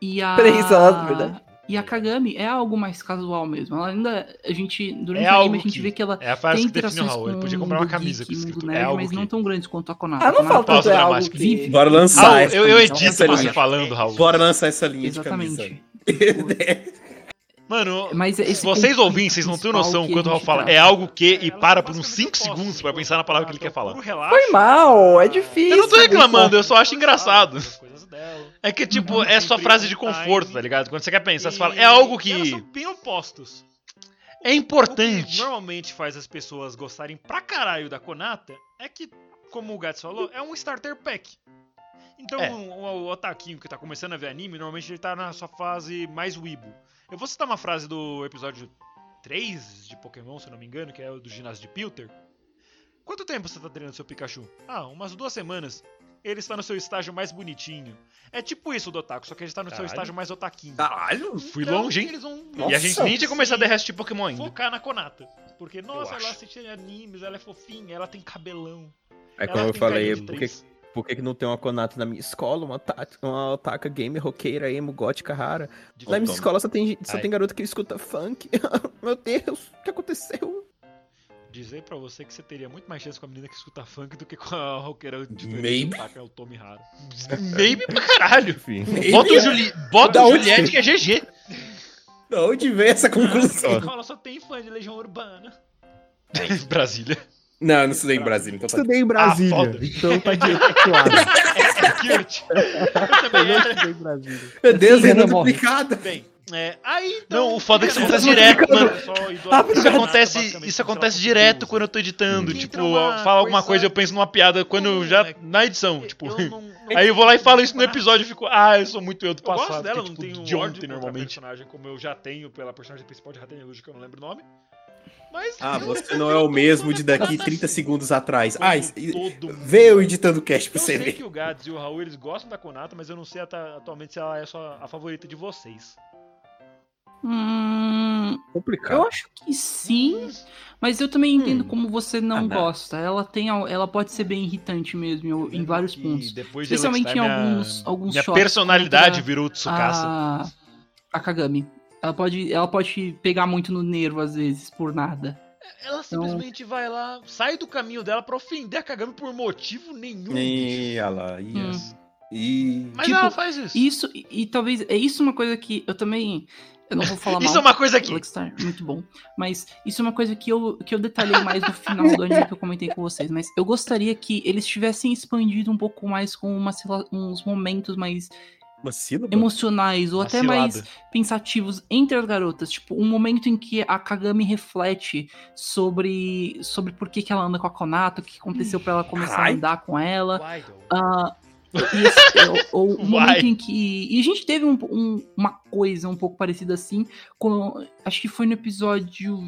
E a. Preguiçosa, verdade. E a Kagami é algo mais casual mesmo. Ela ainda. A gente. Durante É o algo anime, a gente que- vê que ela É a frase tem que define o interações Raul. com Ele podia o comprar mundo uma camisa com geek, esse mundo escrito. nerd, É algo mas não que... tão grande quanto a Konata. Ah, não Konata- fala tanto, pausa é algo dramática. que... Vive. Bora lançar Raul, essa eu, eu camisa. edito Essa você linha. falando, Raul. Bora lançar essa linha de Exatamente. camisa. Mano, Mas esse se vocês conflito ouvirem, vocês não têm noção principal o que quanto o a Raul gente tá. fala. trata. É algo que e Ela para fala por uns basicamente 5 oposto, segundos tipo, pra pensar na palavra que ele quer falar. puro relaxo, Foi mal, é ah, Eu difícil. não tô isso. reclamando, eu só acho engraçado. das coisas dela. É que, tipo, Uhum. é sua frase de conforto, tá ligado? Quando você quer pensar, você fala. É algo E Elas que são bem opostos. é O que importante. normalmente faz as pessoas gostarem pra caralho da Konata é que, como o Gats falou, é um starter pack. Então, É. o, o Otaquinho que tá começando a ver anime, normalmente ele tá na sua fase mais Weibo. Eu vou citar uma frase do episódio 3 de Pokémon, se eu não me engano, que é o do ginásio de Pilter. Quanto tempo você tá treinando seu Pikachu? Ah, umas duas semanas. Ele está no seu estágio mais bonitinho. É tipo isso do Otaku, só que ele está no seu Caralho. Ah, estágio mais otaquinho. Então, Caralho! Fui longe, hein? Eles vão E a gente nem tinha começado a tipo derreter Pokémon ainda. focar na Konata. Porque, nossa, acho. ela assiste animes, ela é fofinha, ela tem cabelão. É ela como eu tem falei, carinha de por que, três. por que que não tem uma Konata na minha escola? Uma, ta- uma otaka gamer, roqueira, emo, gótica, rara. Na minha escola só tem, gente- só Ai. tem garoto que escuta funk. [laughs] Meu Deus, o que aconteceu? Dizer pra você que você teria muito mais chance com a menina que escuta funk do que com a roqueira de Maybe. Otaku, é o Tommy Hara. [laughs] Maybe pra [laughs] caralho. Enfim. Bota o, Juli... Bota Da o onde? Juliette que é [laughs] GG. Da onde vem essa Na [laughs] conclusão? escola só tem fã de Legião Urbana. [laughs] Brasília. Não, eu não estudei em Brasília, então tá. Estudei em Brasília, Ah, Brasília, foda. então tá direito [laughs] claro. Cute. [laughs] Eu também era. estudei em Brasília. Meu Deus, Sim, Renan ainda morre. duplicada. Bem, é, aí então, Não, o foda é que isso acontece né, direto, mano. só idolatra o Isso Renato, acontece, basicamente, um isso como se acontece ela direto fosse quando eu tô editando. Entra Tipo, Então, uma fala alguma coisa- coisa e eu penso numa piada quando eu já. Moleque, Na edição, eu- tipo. eu não- não- [laughs] Aí eu vou lá e falo isso no episódio e fico, ah, eu sou muito eu do Eu passado. gosto dela, que é, tipo, não tenho de ódio ontem contra a normalmente. personagem como eu já tenho pela personagem principal de Raten Rouge, que eu não lembro o nome. Mas Ah, eu- você não é o mesmo de daqui 30 segundos atrás. como Ah, isso- e- todo mundo. vê eu editando o cast pra Eu você sei ver. que o Gads e o Raul eles gostam da Konata, mas eu não sei ata- atualmente se ela é só a favorita de vocês. Hum, Complicado. eu acho que sim, mas eu também entendo Hum. como você não Ah, não. gosta. Ela tem, al- ela pode ser bem irritante mesmo em- em, vários Que pontos. Depois de Especialmente em Lextar, minha- alguns, alguns né? Minha Ah, shots personalidade contra virou Tsukasa. a, a Kagami. Ela pode, ela pode te pegar muito no nervo às vezes por nada. então- Ela simplesmente vai lá, sai do caminho dela pra ofender a Kagami por motivo nenhum. Ih, olha lá. Ih, Hum. ih. Mas Tipo, ela faz isso. Isso e, e talvez é isso uma coisa que eu também eu não vou falar Isso é mal. uma coisa que. Black Star, muito bom. Mas isso é uma coisa que eu, que eu detalhei mais no final do anime que eu comentei com vocês. Mas eu gostaria que eles tivessem expandido um pouco mais com umas rela- uns momentos mais Uma sílaba? emocionais ou Uma até cilada. mais pensativos entre as garotas. Tipo, um momento em que a Kagami reflete sobre, sobre por que, que ela anda com a Konato, o que aconteceu pra ela começar a Caralho. andar com ela. Why, though? Ah, e esse- ou, ou um Vai. momento em que. E a gente teve um- um- uma coisa um pouco parecida assim. Com, acho que foi no episódio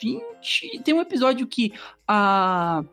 20. Tem um episódio que a.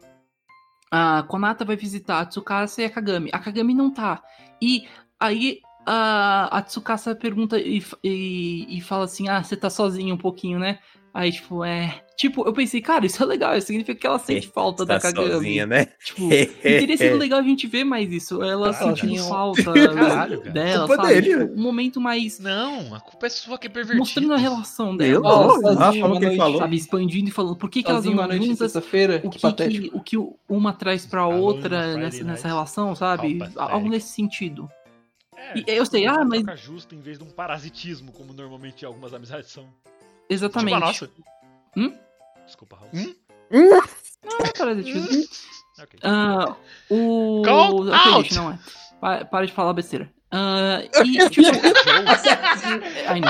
A Konata vai visitar a Tsukasa e a Kagami. A Kagami não tá. E aí a, a Tsukasa pergunta e, f- e, e fala assim: Ah, você tá sozinha um pouquinho, né? Aí, tipo, é. Tipo, eu pensei, cara, isso é legal, isso significa que ela sente falta da Tá Kagami. sozinha, né? Tipo, e teria é. [laughs] sido legal a gente ver mais isso. Ela Caralho. sentindo falta Caralho, cara. dela, Ah, Culpa sabe? dele, né? Tipo, um momento mais. Não, a culpa é sua que é Mostrando a pervertida. relação Eu dela. não, sabe? eu não sozinho, falo o que uma ele falou. Sabe, expandindo e falando por que, que elas Sozinho uma andam noite de juntas, sexta-feira? o Que que, patético. que, o que uma traz pra Alone outra Friday nessa, nights. nessa relação, sabe? How Algo pathetic. nesse sentido. É, E eu sei, ah, uma mas- troca justa em vez de um parasitismo, como normalmente algumas amizades são. Tipo a Exatamente. nossa. Desculpa, Raul. Hum? Não é hum. parasitismo. [laughs] Ok. Ah, o. Call ok, Ah! out! gente, não é. Pa- para de falar besteira. Ah, e, tipo. [laughs] Ai, não.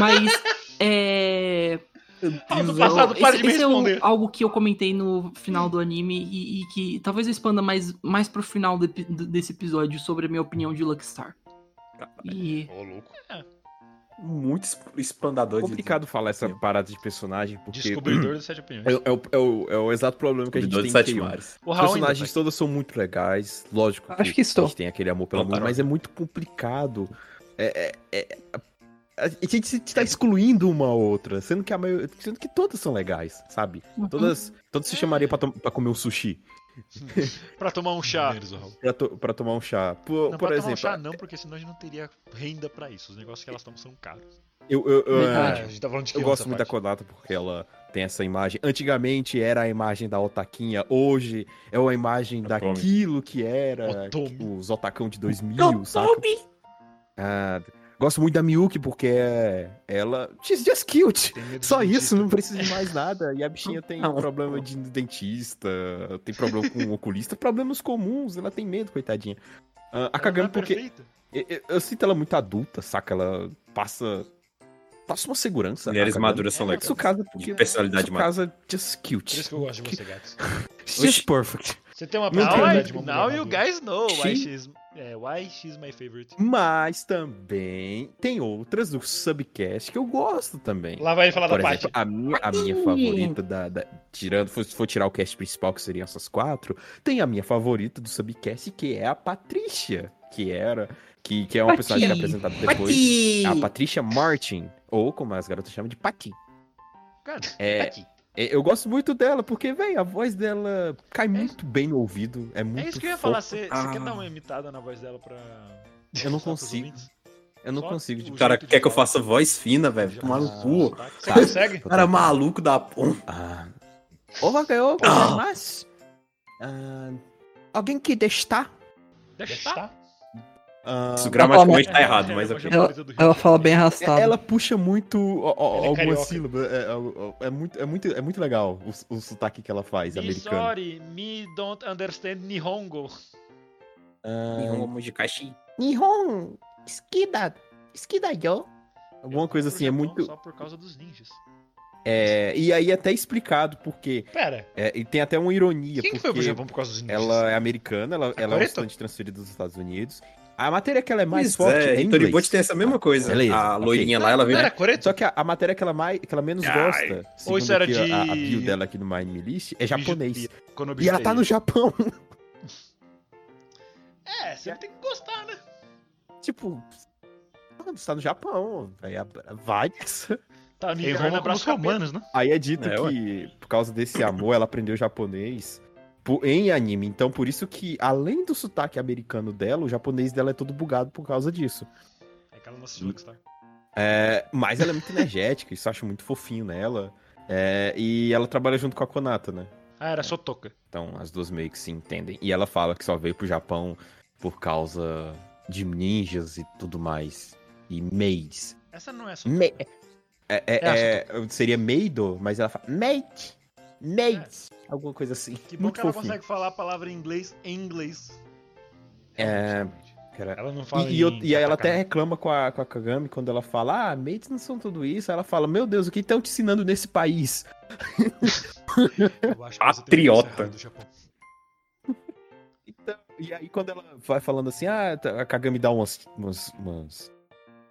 Mas. É. No passado, Esse- para de me esse é o- responder. algo que eu comentei no final do anime e, e que talvez eu expanda mais, mais pro final do epi- do- desse episódio sobre a minha opinião de Luckstar. E Ô, louco. Muito exp- expandador de. Complicado falar essa parada de personagem, porque Descobridor das sete opiniões. [clears throat] é, é o, é o- é o exato problema que a gente Complicador tem de em sete K1. mares. O Os então, Raul ainda personagens todos são muito legais, lógico Acho que estou. a gente tem aquele amor pela Não, música, parou. mas é muito complicado. É, é- é- a a gente se- tá excluindo uma outra, sendo que a maioria, sendo que todas são legais, sabe? [laughs] Todas, todas se chamariam pra, tom- pra comer um sushi, Pra tomar um chá. pra, to- pra tomar um chá. Por, Não, por pra tomar um exemplo, chá não, porque senão a gente não teria renda pra isso. Os negócios que elas tomam são caros. eu, eu- eu- Ah, Verdade. é, gente tá falando de eu gosto muito da Kodata porque ela tem essa imagem. Antigamente era a imagem da otaquinha, hoje é uma imagem Otome. daquilo que era Otome. os otacão de 2000, saca? Ah, gosto muito da Miyuki porque é ela she's just cute. É Só isso, não precisa de mais nada. E a bichinha tem Não. problema de dentista, tem problema com oculista, problemas comuns, ela tem medo, coitadinha. Ah, é a Tá Kagami porque eu, eu- eu sinto ela muito adulta, saca? Ela passa passa uma segurança. Mulheres a Kagami. maduras são legais. Tsukasa porque De personalidade madura. Tsukasa just Por isso cute. que eu gosto de você, é gatos. Just perfect. Você tem uma Não tem personalidade nada. de uma mulher Now you madura. guys know why Sim. she's É, Why She's My Favorite. Mas também tem outras do subcast que eu gosto também. Lá vai ele falar Por da parte. exemplo, a minha, a minha Ih! favorita da, da- tirando, se for tirar o cast principal, que seriam essas quatro, tem a minha favorita do subcast, que é a Patrícia, que era, que, que é Pati. uma personagem que é apresentada depois. Pati! A Patrícia Martin, ou como as garotas chamam de Pati. Cara, É, aqui. É, Eu gosto muito dela, porque, velho, a voz dela cai muito bem no ouvido, é muito É isso que eu ia fofa. falar. Você você quer Ah. dar uma imitada na voz dela pra. Eu não mostrar pros consigo. ouvintes? Eu não Só consigo, o tipo, O cara jeito de quer que eu falar. faça voz fina, velho. Tomar tá, no cu. Você consegue? Cara é maluco da ponta. Ah. Ô, Raquel, mas... ah, alguém que destar? Deixa estar. Ah, Isso gramaticalmente tá é, errado, é mas Ah. ok. Ela, ela fala bem arrastada. Ela puxa muito ó, Ela ó, é algumas carioca. sílabas. É, ó, ó, é muito, é, muito, é muito legal o, o sotaque que ela faz, Me americano. sorry, me don't understand Nihongo. um Nihon, skida, skida yo. Alguma Eu coisa fui pro assim, é Japão muito. Só por causa dos ninjas. é, e aí, é até explicado porque. Pera, É, e tem até uma ironia. quem que porque foi pro Japão por causa dos ninjas? Ela é americana, ela, ela é Coreto? bastante transferida dos Estados Unidos. A matéria que ela é mais Pois forte é, e é, em Tony inglês. Bot tem essa mesma coisa. Beleza, a ok. loirinha lá, ela Não vem. era coreto? Só que a, a matéria que ela, mais, que ela menos Ai. gosta, Ou segundo isso era aqui a, a de- bio dela aqui no Mind Me List, é japonês. Bijuteria. Konobi E ela tá no Japão. [laughs] É, você tem que gostar, né? tipo, mano, você tá no Japão. Aí a- a- vai nessa. Tá no Em inverno, Roma com os abraço cabelo. romanos, né? Aí é dito É, que, por causa desse amor, ela aprendeu japonês po- em anime. Então, por isso que, além do sotaque americano dela, o japonês dela é todo bugado por causa disso. É aquela nossa Rockstar. É, mas ela é muito [laughs] energética, isso eu acho muito fofinho nela. É, e ela trabalha junto com a Konata, né? Ah, era Sotoka. Então as duas meio que se entendem. E ela fala que só veio pro Japão por causa de ninjas e tudo mais. E maids. Essa não é Sotoka. Me- É, é- É a é- seria meido, mas ela fala mate, mate, alguma coisa assim. Que bom muito que ela fofinho. consegue falar a palavra em inglês em inglês. É, cara, Ela não fala E, e eu- em e aí ela até katakana. reclama com a, com a Kagami quando ela fala, ah, mates não são tudo isso. Aí ela fala, meu Deus, o que estão te ensinando nesse país? é Eu acho que você tem uma coisa Patriota. errada do Japão. Então, e aí quando ela vai falando assim, ah, tá- a Kagami dá umas. umas, umas-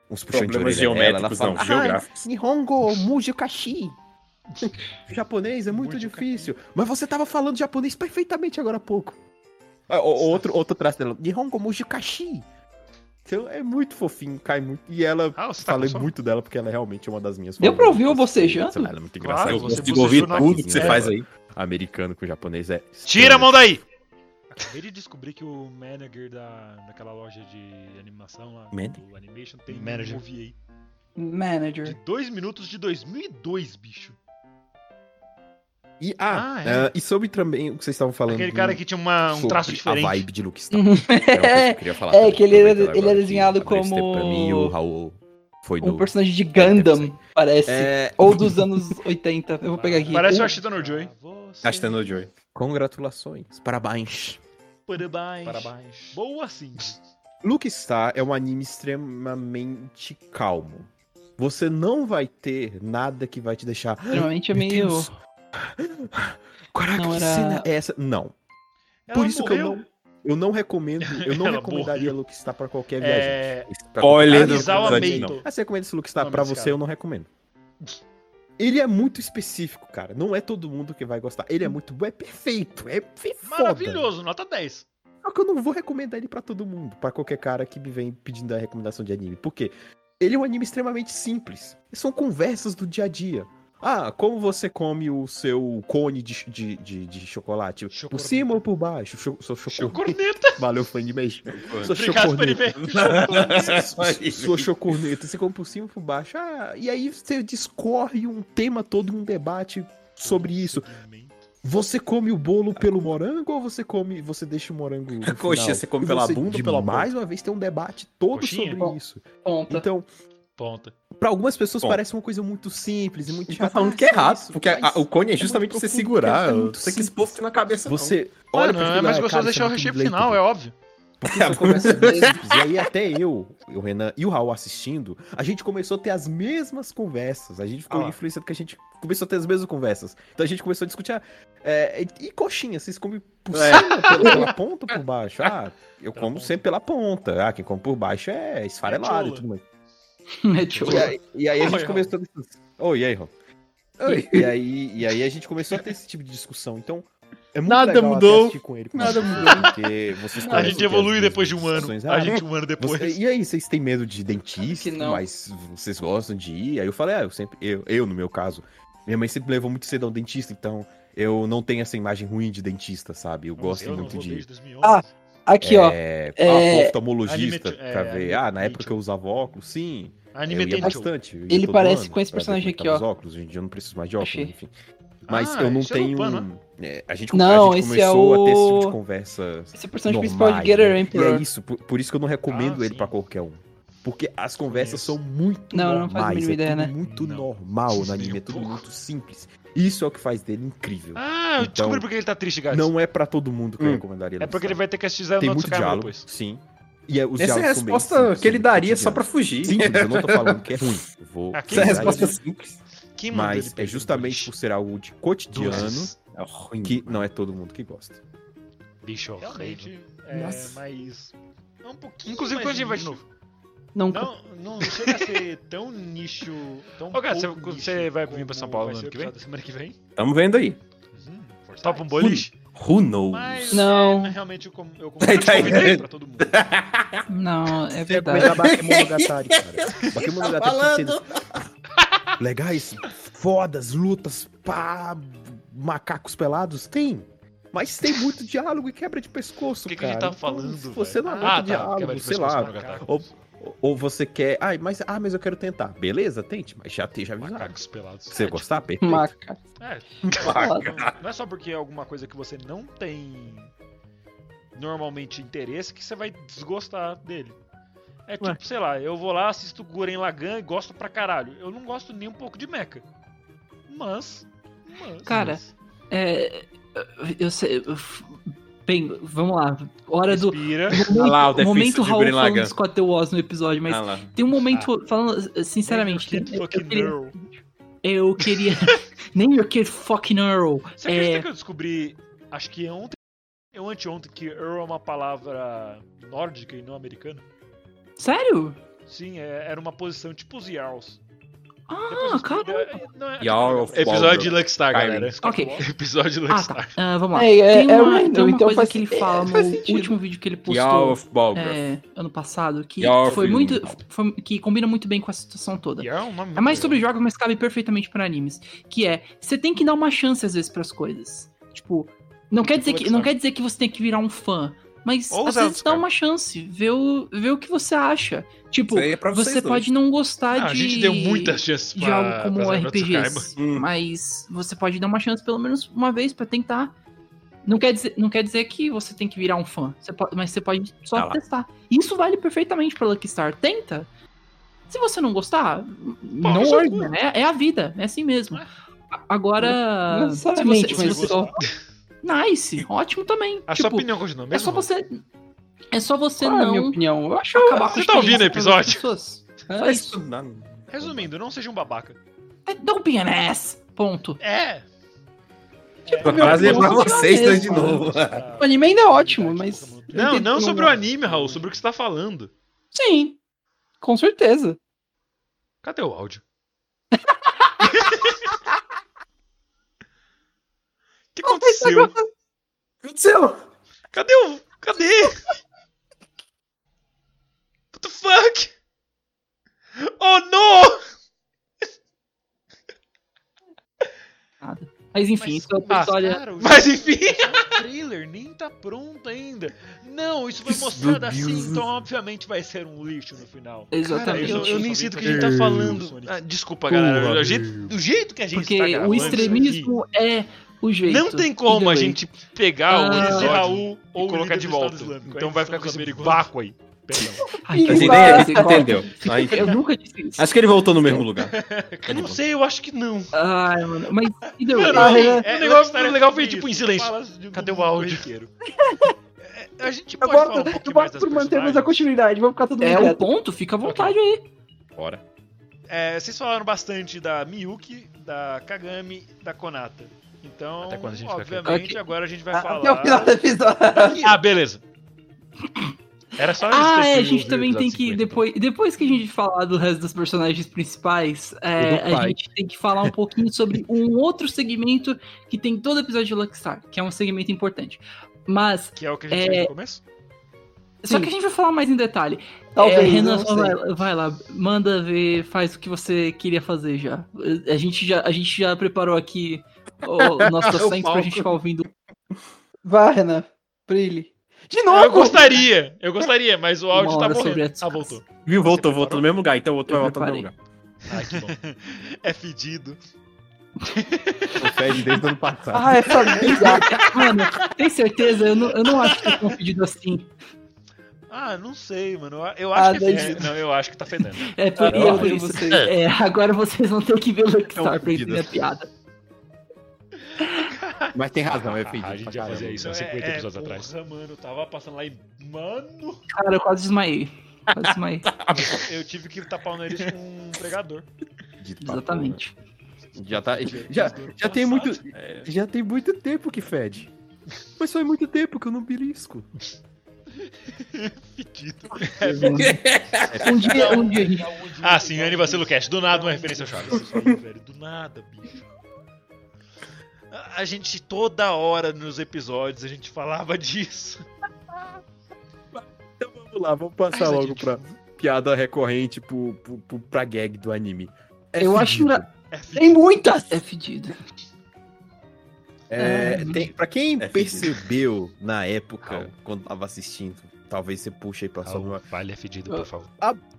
uns puxões Problemas de orelha nela, ela geométricos, fala, não, "Ah, geográficos." Nihongo Mujukashi. O [laughs] japonês é muito Mujukashi. difícil. Mas você tava falando japonês perfeitamente agora há pouco. Ah, o- outro, outro traço dela, Nihongo Mujukashi. Então é muito fofinho, cai muito. E ela. Ah, você tá Falei com sono? muito dela porque ela é realmente uma das minhas Deu pra ouvir favoritas. eu bocejando? Sei lá, ela é muito Claro, engraçada. Eu você consigo ouvir bocejou na tudo que você cozinha. faz aí. Americano com japonês é. Tira a mão daí! Acabei de descobrir que o manager da, daquela loja de animação lá, Man- do Animation, tem Manager. um movie aí de Manager. 2 minutos de 2002, bicho. E, ah, Ah, é. ah, e sobre também o que vocês estavam falando. Aquele cara que tinha uma- um sobre traço diferente. A vibe de Luke Star. Uhum. Era uma coisa que eu queria falar [laughs] É, também, que ele era- aproveitando ele agora era que desenhado a Grace teve Pra mim, como- o Raul foi do. Um personagem de É, Gundam, parece. É, Ou dos anos 80. Eu vou pegar aqui. Parece Ou- o Ashitano Joy. Gastando o Joy. congratulações. Parabéns. Parabéns. Parabéns. Boa assim. sim. Luke Star é um anime extremamente calmo. Você não vai ter nada que vai te deixar. Geralmente é Meu meio. Deus. [laughs] Caraca, Não, que era- cena é essa? Não. Por isso que eu não, eu não recomendo, eu [laughs] não Ela recomendaria Luke Star pra qualquer viagem. É, Spoiler do Izawa episódio, Meito. não. Ah, você recomenda esse Luke Star Não, pra mas, você, cara. eu não recomendo. Ele é muito específico, cara. Não é todo mundo que vai gostar. Ele é muito bom, é perfeito, é fe- foda. maravilhoso, nota 10. Só que eu não vou recomendar ele pra todo mundo, pra qualquer cara que me vem pedindo a recomendação de anime. Por quê? Ele é um anime extremamente simples. São conversas do dia a dia. Ah, como você come o seu cone de, ch- de, de, de chocolate? Por Chocorneta. cima ou por baixo? Cho, sou chocorneta. Corneta. [laughs] Valeu, fã de mês. Sou Obrigado por chocorneta. ver. é. [laughs] Sua chocorneta, você come por cima e por baixo. Ah, e aí você discorre um tema todo, um debate sobre isso. Você come o bolo pelo morango ou você come, você deixa o morango [laughs] no Coxinha, final? você come E pela bunda de- ou pela Mais uma vez tem um debate todo Coxinha? sobre isso. Ponta. Então, Ponta. pra algumas pessoas Bom. parece uma coisa muito simples e muito Tá chata. falando que é Ah, errado, isso, porque a- mas o cone é muito justamente pra você profundo, segurar. cara, é muito Você que simples. expor na cabeça. não. Você Olha, olha pra não, é aquilo, mais ah, gostoso cara, isso deixar é o muito recheio pro blatant. final, é óbvio. Porque só começa às vezes. E aí até eu, o Renan e o Raul assistindo, a gente começou a ter as mesmas conversas. A gente ficou Ah lá. influenciado que a gente começou a ter as mesmas conversas. Então a gente começou a discutir. ah, é, e, e coxinha, vocês comem por cima, pela, pela ponta ou por baixo? Ah, eu como sempre pela ponta. Ah, quem come por baixo é esfarelado e Tchola. tudo mais. É, tio. E aí, e aí a Oi, gente Raul. começou. nessas- Oi, e aí, Raul? Oi. E aí, e aí a gente começou a ter esse tipo de discussão. Então, é muito Nada legal até mudou. assistir com ele. Nada mudou. Porque vocês A conhecem gente que as evolui mesmas depois de um ano. discussões- A Ah, gente um ano depois. você- e aí, vocês têm medo de dentista? que não. Mas vocês gostam de ir? Aí eu falei, ah, eu sempre, eu, eu no meu caso, minha mãe sempre levou muito cedo ao dentista, então eu não tenho essa imagem ruim de dentista, sabe? Eu gosto Hum, Eu não muito vou de desde 2011. Ah, Aqui, ó. é, é, ah, oftalmologista Alimento- é, pra ver. Ah, na alimento- época que eu usava óculos, sim. Ah, Anime eu ia tem bastante. eu ia Ele todo parece ano com esse pra ver personagem como é que aqui, tava os óculos, hoje em dia eu não preciso mais de óculos, Achei. enfim. Mas Ah, eu não esse é o tenho. Pano, é, a gente, Não, a gente esse é começou a ter esse tipo o- de conversa Esse é o personagem principal normais, de Gator né? E Emperor. é isso, por, por isso que eu não recomendo Ah, ele sim. pra qualquer um. Porque as conversas são muito Não, não normais, faz a mínima é ideia, tudo né? muito Não. normal no anime, Nem é um tudo pouco. muito simples. Isso é o que faz dele incrível. Ah, eu Então, descobri porque ele tá triste, guys. não é pra todo mundo que eu Hum. recomendaria. é porque ele lançar. vai ter que assistir Zero Tem no muito Skyrim diálogo, depois. sim. E é, os Essa é a diálogos são bem resposta simples, que ele são daria cotidianos. só pra fugir. Simples, eu [laughs] não tô falando que é ruim. Eu vou Essa Aqui é a Sim, resposta sim. simples. Quem mandou ele Mas é perder justamente por dois? ser algo de cotidiano Dois. É ruim. que não é todo mundo que gosta. Bicho, horrível. Realmente, é Nossa. mais. É um pouquinho. Inclusive quando a mais gente vai de nicho. novo. Nunca. Não, não chega a [laughs] ser tão nicho. Tão Ô, cara, você- pouco você nicho vai vir pra São como Paulo vai no ser ano o que vem? episódio da Semana que vem? Tamo vendo aí. Topa um boliche? Who knows? Mas Não. é, realmente eu, com, [laughs] eu Tá, tá, convidei pra todo mundo. Não, Você é verdade. [laughs] Bakemonogatari, cara. Bakemonogatari Tá tem cenas legais, fodas, lutas, pá, macacos pelados, tem. Mas tem muito diálogo e quebra de pescoço, O que, que a cara. gente tá Então, falando? se você velho? não aguenta ah, tá, diálogo, quebra de sei pescoço, lá. Monogatari. Ou, ou você quer, ah mas, ah, mas eu quero tentar. Beleza, tente, mas já, te- já avisaram. Macacos pelados. Se você gostar, perfeito. Maca. É, Macaco. não é só porque é alguma coisa que você não tem normalmente interesse que você vai desgostar dele. É tipo, sei lá, eu vou lá, assisto Guren Lagan e gosto pra caralho. Eu não gosto nem um pouco de Mecha. Mas. mas Cara, mas- É, eu sei. eu- Bem, vamos lá. Hora do. [laughs] Respira. Olha lá o Momento, momento defensor de Raul Green falando Lagan. do Scott The Wars no episódio, mas Ah lá. tem um momento falando, sinceramente, Kid eu, fucking queria, Earl. eu queria. Nem your kid fucking Earl. Você acredita É. que eu descobri, acho que é ontem, eu anteontem, que Earl é uma palavra nórdica e não americana? Sério? Sim, é- era uma posição tipo os Jarls. Depois Ah, eu descobri- cara. é- não, é- Jarl of Episódio de Lucky Star, Skyrim. galera. Ok. Episódio de Lucky Ah, tá. Star. Ah, vamos lá. É, é- tem é uma, random, tem uma então coisa faz- que ele é, fala faz no sentido. último vídeo que ele Jarl postou of Balgraf. é, ano passado, que Jarl foi of- muito. foi- que combina muito bem com a situação toda. Jarl é um nome É mais muito sobre jogos, mas cabe perfeitamente para animes. Que é, você tem que dar uma chance às vezes pras coisas. Tipo, não quer, dizer que, não quer dizer que você tem que virar um fã, mas Ou às Zelda, vezes dá cara. uma chance, vê o, vê o que você acha. Tipo, Isso aí é pra vocês você dois. pode não gostar Ah, de. a gente deu muitas chances pra, de algo como pra Naruto Skyrim. RPGs, Hum. mas você pode dar uma chance pelo menos uma vez pra tentar. Não quer, dizer, não quer dizer que você tem que virar um fã, você po- mas você pode só Tá lá. testar. Isso vale perfeitamente pra Lucky Star. Tenta, se você não gostar, não seu cu. orga, é, é a vida, é assim mesmo. A- Agora, Não necessariamente, se você, mas se você... Nice, ótimo também. A Tipo, sua opinião continua é mesmo? só você é só você Qual é a minha não opinião? Eu acho acabar com Você a tá ouvindo o experiência das episódio? pessoas. Só Mas isso. isso dá- Resumindo, não seja um babaca. É, Don't be an ass. Ponto. É! Essa frase é pra Deus, vocês dois de mesmo. novo. O anime ainda é ótimo, mas. Ah. Não, Ele não tem sobre um- o anime, Raul, sobre o que você tá falando. Sim, com certeza. Cadê o áudio? O que aconteceu? Aconteceu. Cadê o. Cadê? What the fuck? Oh no! Nada. Mas enfim, Mas- isso é outra Ah, história. [laughs] cara, o Mas enfim. O trailer nem tá pronto ainda. Não, isso foi Meu mostrado Deus. assim, então obviamente vai ser um lixo no final. Exatamente. eu- eu nem sinto o que que a gente tá falando. Ah, desculpa, galera. O jeito, o jeito que a gente porque tá gravando o isso extremismo é o aqui, jeito. Não tem como a gente pegar o Ah. episódio De Raul e ou colocar líder de do volta. Estado Islâmico. Então Aí vai ficar com somos esse americanos. vácuo aí. Perdão. Ai, A gente cara, nem- entendeu. A gente- Eu nunca disse isso. Acho que ele voltou no mesmo lugar. Eu é não sei, eu acho que não. Ai, mano. Mas either Mano, way, é, o negócio o legal foi tipo em silêncio. Fala de um Cadê o mundo áudio? corriqueiro. A gente pode falar Agora, um pouquinho mais das bora mantermos a personagens. continuidade, vamos ficar todo mundo É o quieto. ponto, fica à vontade aí. Bora. É, vocês falaram bastante da Miyuki, da Kagami, da Konata. Então, Até quando a gente vai ficar? obviamente, agora a gente Ah, vai falar. Até o final do episódio. Ah, beleza. Era só eles Ah, terem é, a sido gente ouvidos também lá tem de que. 50. Depois, depois que a gente falar do resto dos personagens principais, é, E do a pai. gente tem que falar um pouquinho sobre um outro segmento que tem todo episódio de Luckstar, que é um segmento importante. Mas, Que é o que a gente fez no começo. só Sim. que a gente vai falar mais em detalhe. Talvez, É, eu Renan, não só sei. vai, vai lá, manda ver, faz o que você queria fazer já. A gente já, a gente já preparou aqui o, o nosso assento pra palco. gente ficar ouvindo. Vai, Renan. Brilhe. De Eu novo! gostaria, eu gostaria, mas o áudio tá hora sobre morrendo. a Ah, voltou. Viu? Voltou, Você voltou no mesmo lugar, então o outro Eu vai voltar no mesmo Ah, lugar. preparei. que bom. É fedido. Confere desde o ano passado. Ah, essa merda. Mano, tem certeza? Eu não, eu não acho que é tão pedido assim. Ah, não sei, mano. Eu- Eu acho Ah, que é fedido. daí- Não, eu acho que tá fedendo. É por Eu por odeio isso. vocês. É, agora vocês vão ter que ver o É um Luckstar pra pedido. entender a piada. Mas tem razão, é fedido. Ah, a gente pra já caramba. fazia isso há 50 episódios atrás. é, Porra, mano, eu tava passando lá e. Mano! Cara, eu quase desmaiei. Quase [laughs] desmaiei. Tá Eu tive que tapar o nariz com um pregador. Dito pra Exatamente. porra. Já tá. Já, já tem muito. É, Já tem muito tempo que fede. Mas foi muito tempo que eu não belisco. Fedido. É Um dia, um dia, gente. Ah, sim, Anne Vacilo Cash. Do nada uma referência ao Chaves. velho. Do nada, bicho. A- A gente toda hora nos episódios a gente falava disso. Então vamos lá, vamos passar Mas a logo gente- pra piada recorrente pro, pro, pro- pra gag do anime. É Eu acho fedido. engra- É fedido. Tem muitas! É fedido. É, tem, pra quem É fedido. percebeu na época, Raul. quando tava assistindo, talvez você puxa aí pra sua Raul, uma... Vale é fedido, por favor.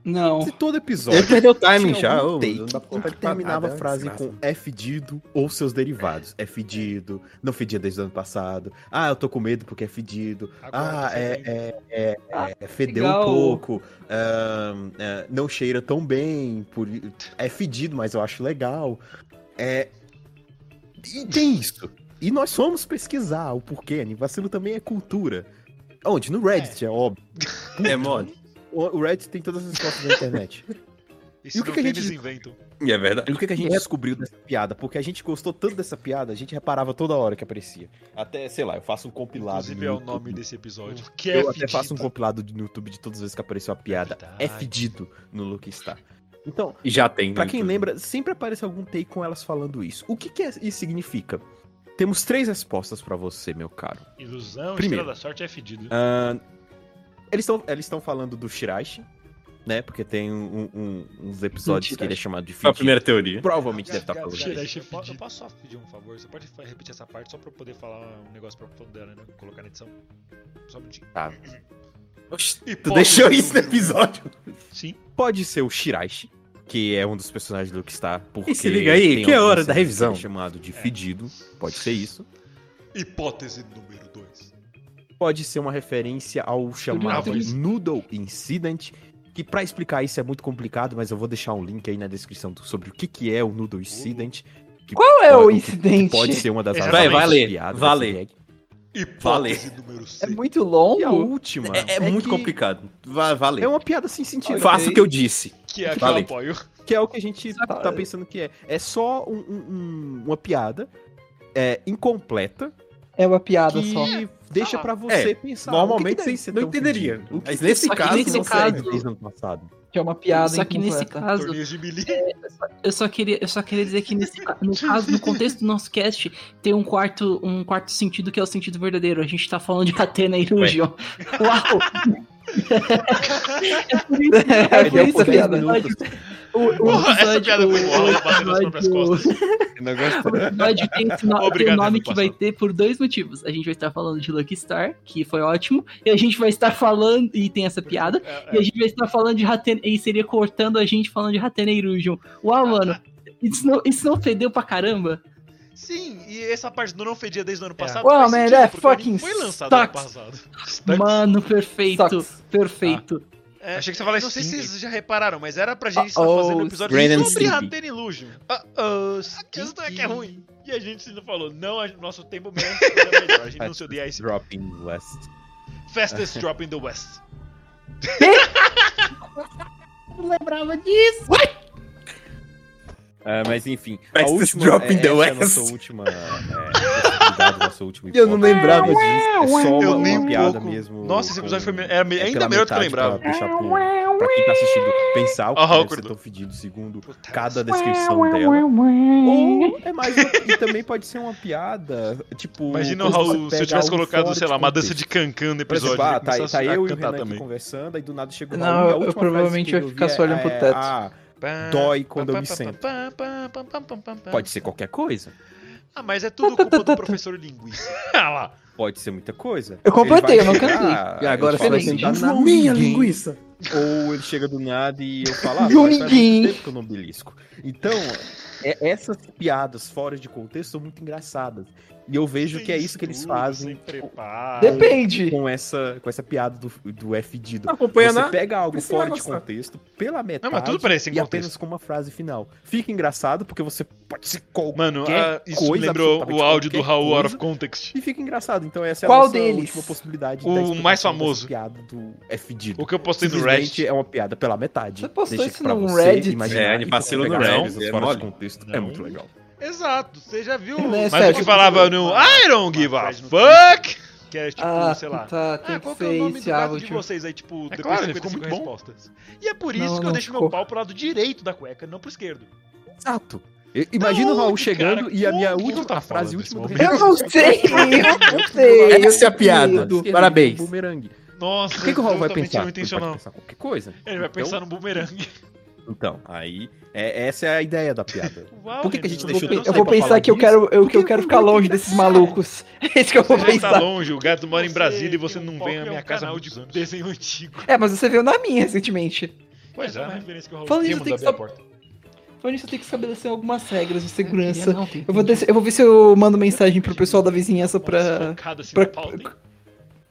Não. Se todo episódio. Ele perdeu o timing Tinha já. algum ô, take não dá pra que contar de terminava parada, a frase desgraça. com é fedido ou seus derivados. É fedido, não fedia desde o ano passado. Ah, eu tô com medo porque é fedido. Agora, ah, é, é, é, é, fedeu legal. um pouco. ahn, é, não cheira tão bem. Por... É fedido, mas eu acho legal. É... E tem isso. E nós fomos pesquisar o porquê. né? Vacilo também é cultura. Onde? No Reddit, é, óbvio. É mole. O o Reddit tem todas as respostas da internet. Isso E o que não que a tem, gente- eles inventam. E é verdade. E o que, que [laughs] a gente descobriu dessa piada? Porque a gente gostou tanto dessa piada, a gente reparava toda hora que aparecia. Até, sei lá, eu faço um compilado. Inclusive no é o YouTube. nome desse episódio. Que é Eu até fedido. faço um compilado no YouTube de todas as vezes que apareceu a piada. Verdade. É fedido no Look Star. Então, E já tem. né, pra quem inclusive. lembra, sempre aparece algum take com elas falando isso. O que, que isso significa? Temos três respostas pra você, meu caro. Ilusão, Primeiro. Estrela da Sorte é fedido. Ahn, eles estão eles estão falando do Shiraishi, né? Porque tem um- um- uns episódios que ele é chamado de Foi a fedido. primeira teoria. Provavelmente deve estar falando Guys, isso. eu, isso. po- eu posso só pedir um favor? Você pode fa- repetir essa parte só pra eu poder falar um negócio pra poder né, colocar na edição? Só um minutinho. Tá. Oxi, Tu Hipótese. deixou isso no [laughs] episódio. Sim. Pode ser o Shiraishi, que é um dos personagens do Luckstar. Porque E se liga aí, tem que é alguns hora da personagens revisão. que ele é chamado de fedido, pode ser isso. Hipótese número 2. Pode ser uma referência ao chamado Noodle. Noodle Incident, que pra explicar isso é muito complicado, mas eu vou deixar um link aí na descrição do- sobre o que, que é o Noodle Incident. que Qual é pode- o que- que incidente? Pode ser uma das Vai, razões vai das ler, piadas vai dessa ler. gag. Hipótese número É 6. muito E a longo? última É, é muito que complicado. Va- Valeu. É uma piada sem sentido. né? Faça o que eu disse. Que é a que eu Vale. apoio. Que é o que a gente tá, Sabe- tá pensando que é. É só um- um- um- uma piada é, incompleta É uma piada que só. deixa Ah, pra você é. pensar. Normalmente você vocês não entenderia. Mas nesse Só que caso, nesse você- caso- ano passado. Que é uma piada Só que nesse incompleta. caso, Torneios de melee. eu só queria, eu só queria dizer que nesse, ca- no caso, no contexto do nosso cast, tem um quarto, um quarto sentido que é o sentido verdadeiro. A gente tá falando de Atena e Illusion. Uau! [laughs] é por isso, é por Perdeu isso por que 10 o episódio- o- [laughs] o Porra, essa episódio- piada foi boa, ela bateu nas próprias costas. um O episódio tem esse no- tem o Obrigado, nome Edu, que vai passou. ter por dois motivos. A gente vai estar falando de Lucky Star, que foi ótimo, e a gente vai estar falando, e tem essa piada, É, e a gente vai estar falando de Hatena, e seria cortando a gente falando de Hatena Irujon. Uau, mano, isso não, isso não fedeu pra caramba? é. Sim, e essa parte do não fedia desde o ano passado. Well, faz man, sentido, that porque o anime fucking Foi lançado ano sucks. passado. Mano, perfeito, Sucks. perfeito. É, Achei que você ia falar Não sei se Sting. vocês já repararam, mas era pra gente estar Uh-oh, fazendo um episódio Brandon sobre Sting. Hatena Illusion. a questão é que é ruim. E [laughs] é a gente ainda falou, não, a- nosso tempo mesmo era melhor. A gente não se odeia esse. Dropping last. Fastest drop in the West. Não lembrava disso. É, Ah, mas enfim, a Fastest última, drop in é, the essa é a West. nossa última é, possibilidade, nossa última Eu não hipótese. lembrava disso. É só Eu uma, nem uma um piada pouco. mesmo. Nossa, esse episódio com- foi me- era me- é ainda pela melhor do que eu metade pra lembrava. puxar pro- Pra, quem tá assistindo, pensar o que Aham, deve ser Cordô. tão fedido segundo Puta, cada descrição dela. Ou é mais uma- e também pode ser uma piada, tipo... Imagina o quando você Raul se eu pega tivesse algo colocado, fora sei de lá, uma dança um contexto. de cancan no Por exemplo, episódio. ah, ele tá, começa tá a eu e o cantar Renan aqui também. conversando, aí do nada chega o Não, Raul e a eu última frase provavelmente que ele ia ficar ouvi só olhando pro teto. Ah, dói quando eu me sento. Pode ser qualquer coisa. Ah, mas é tudo culpa do professor [laughs] linguista. Ah lá. Pode ser muita coisa. Eu completei, eu não cantei. cantar, E agora é, ele você vai fala, sentar "Não na vou minha ninguém." linguiça. Ou ele chega do nada e [laughs] eu falo, ah, Viu mas faz muito ninguém. tempo que eu não belisco. Então, é- essas piadas fora de contexto são muito engraçadas. E eu vejo que é isso que eles Estudo, fazem sem preparo. tipo, Depende. com essa, com essa piada do, do F Dido. Não acompanha Você né? nada. pega algo Precisa fora de gostar. contexto, pela metade, Não, mas tudo parece sem e apenas contexto. com uma frase final. Fica engraçado porque você pode ser qualquer Mano, ah, isso me coisa, lembrou o absolutamente áudio do qualquer Raul Out coisa. of Context. E fica engraçado. Então essa é a Qual nossa deles? última possibilidade. O da explicação mais dessa famoso. piada do F Dido. O que eu postei no Simplesmente Reddit. é uma piada pela metade. Você postou Deixa isso pra no você Reddit? imaginar É, ele e você vazilou no pegar Reddit, coisas é fora mole. de contexto. É Não. muito legal. Exato, você já viu. Ele é Mas o sério. que falava no Ah, I don't give a fuck? Que era tipo, Ah, sei lá. tá, tem Ah, que qual que é ser o nome do esse gato áudio. de vocês aí, tipo, É depois claro, de ele ficou 55 muito bom. respostas. E é por isso Não, que eu não deixo ficou. meu pau pro lado direito da cueca, não pro esquerdo. Exato. E- Imagina o Raul onde, chegando cara? e a minha Como que última eu tava frase falando última nesse Reddit Eu não [laughs] sei, eu não sei. Essa é a piada. Esquerda, um Parabéns. Bumerangue. Nossa, O que, que o Raul vai totalmente pensar? não Ele pode intencional. pensar qualquer coisa. Ele vai Então- pensar no bumerangue. Então, aí, é- essa é a ideia da piada. Uau, Por que que a gente Renan, deixou não Eu tanto vou pra falar pensar que eu disso, quero, eu, que eu porque quero eu ficar vou longe tentar. desses malucos. [laughs] É isso que eu vou Você já tá pensar. longe, o gato mora em Você Brasília e você tem um não foco vem à é um minha casa há canal muitos de anos. Desenho antigo. É, mas você veio na minha recentemente. Pois é, é, né? né? que o Raul Falando nisso, Temos tem. eu tenho que abrir a sab- porta. Falando nisso, eu tenho que estabelecer algumas regras de Eu segurança. não tenho. Eu vou, descer- eu vou ver se eu mando mensagem pro pessoal da vizinhança pra. Focado assim pra- na pauta, hein?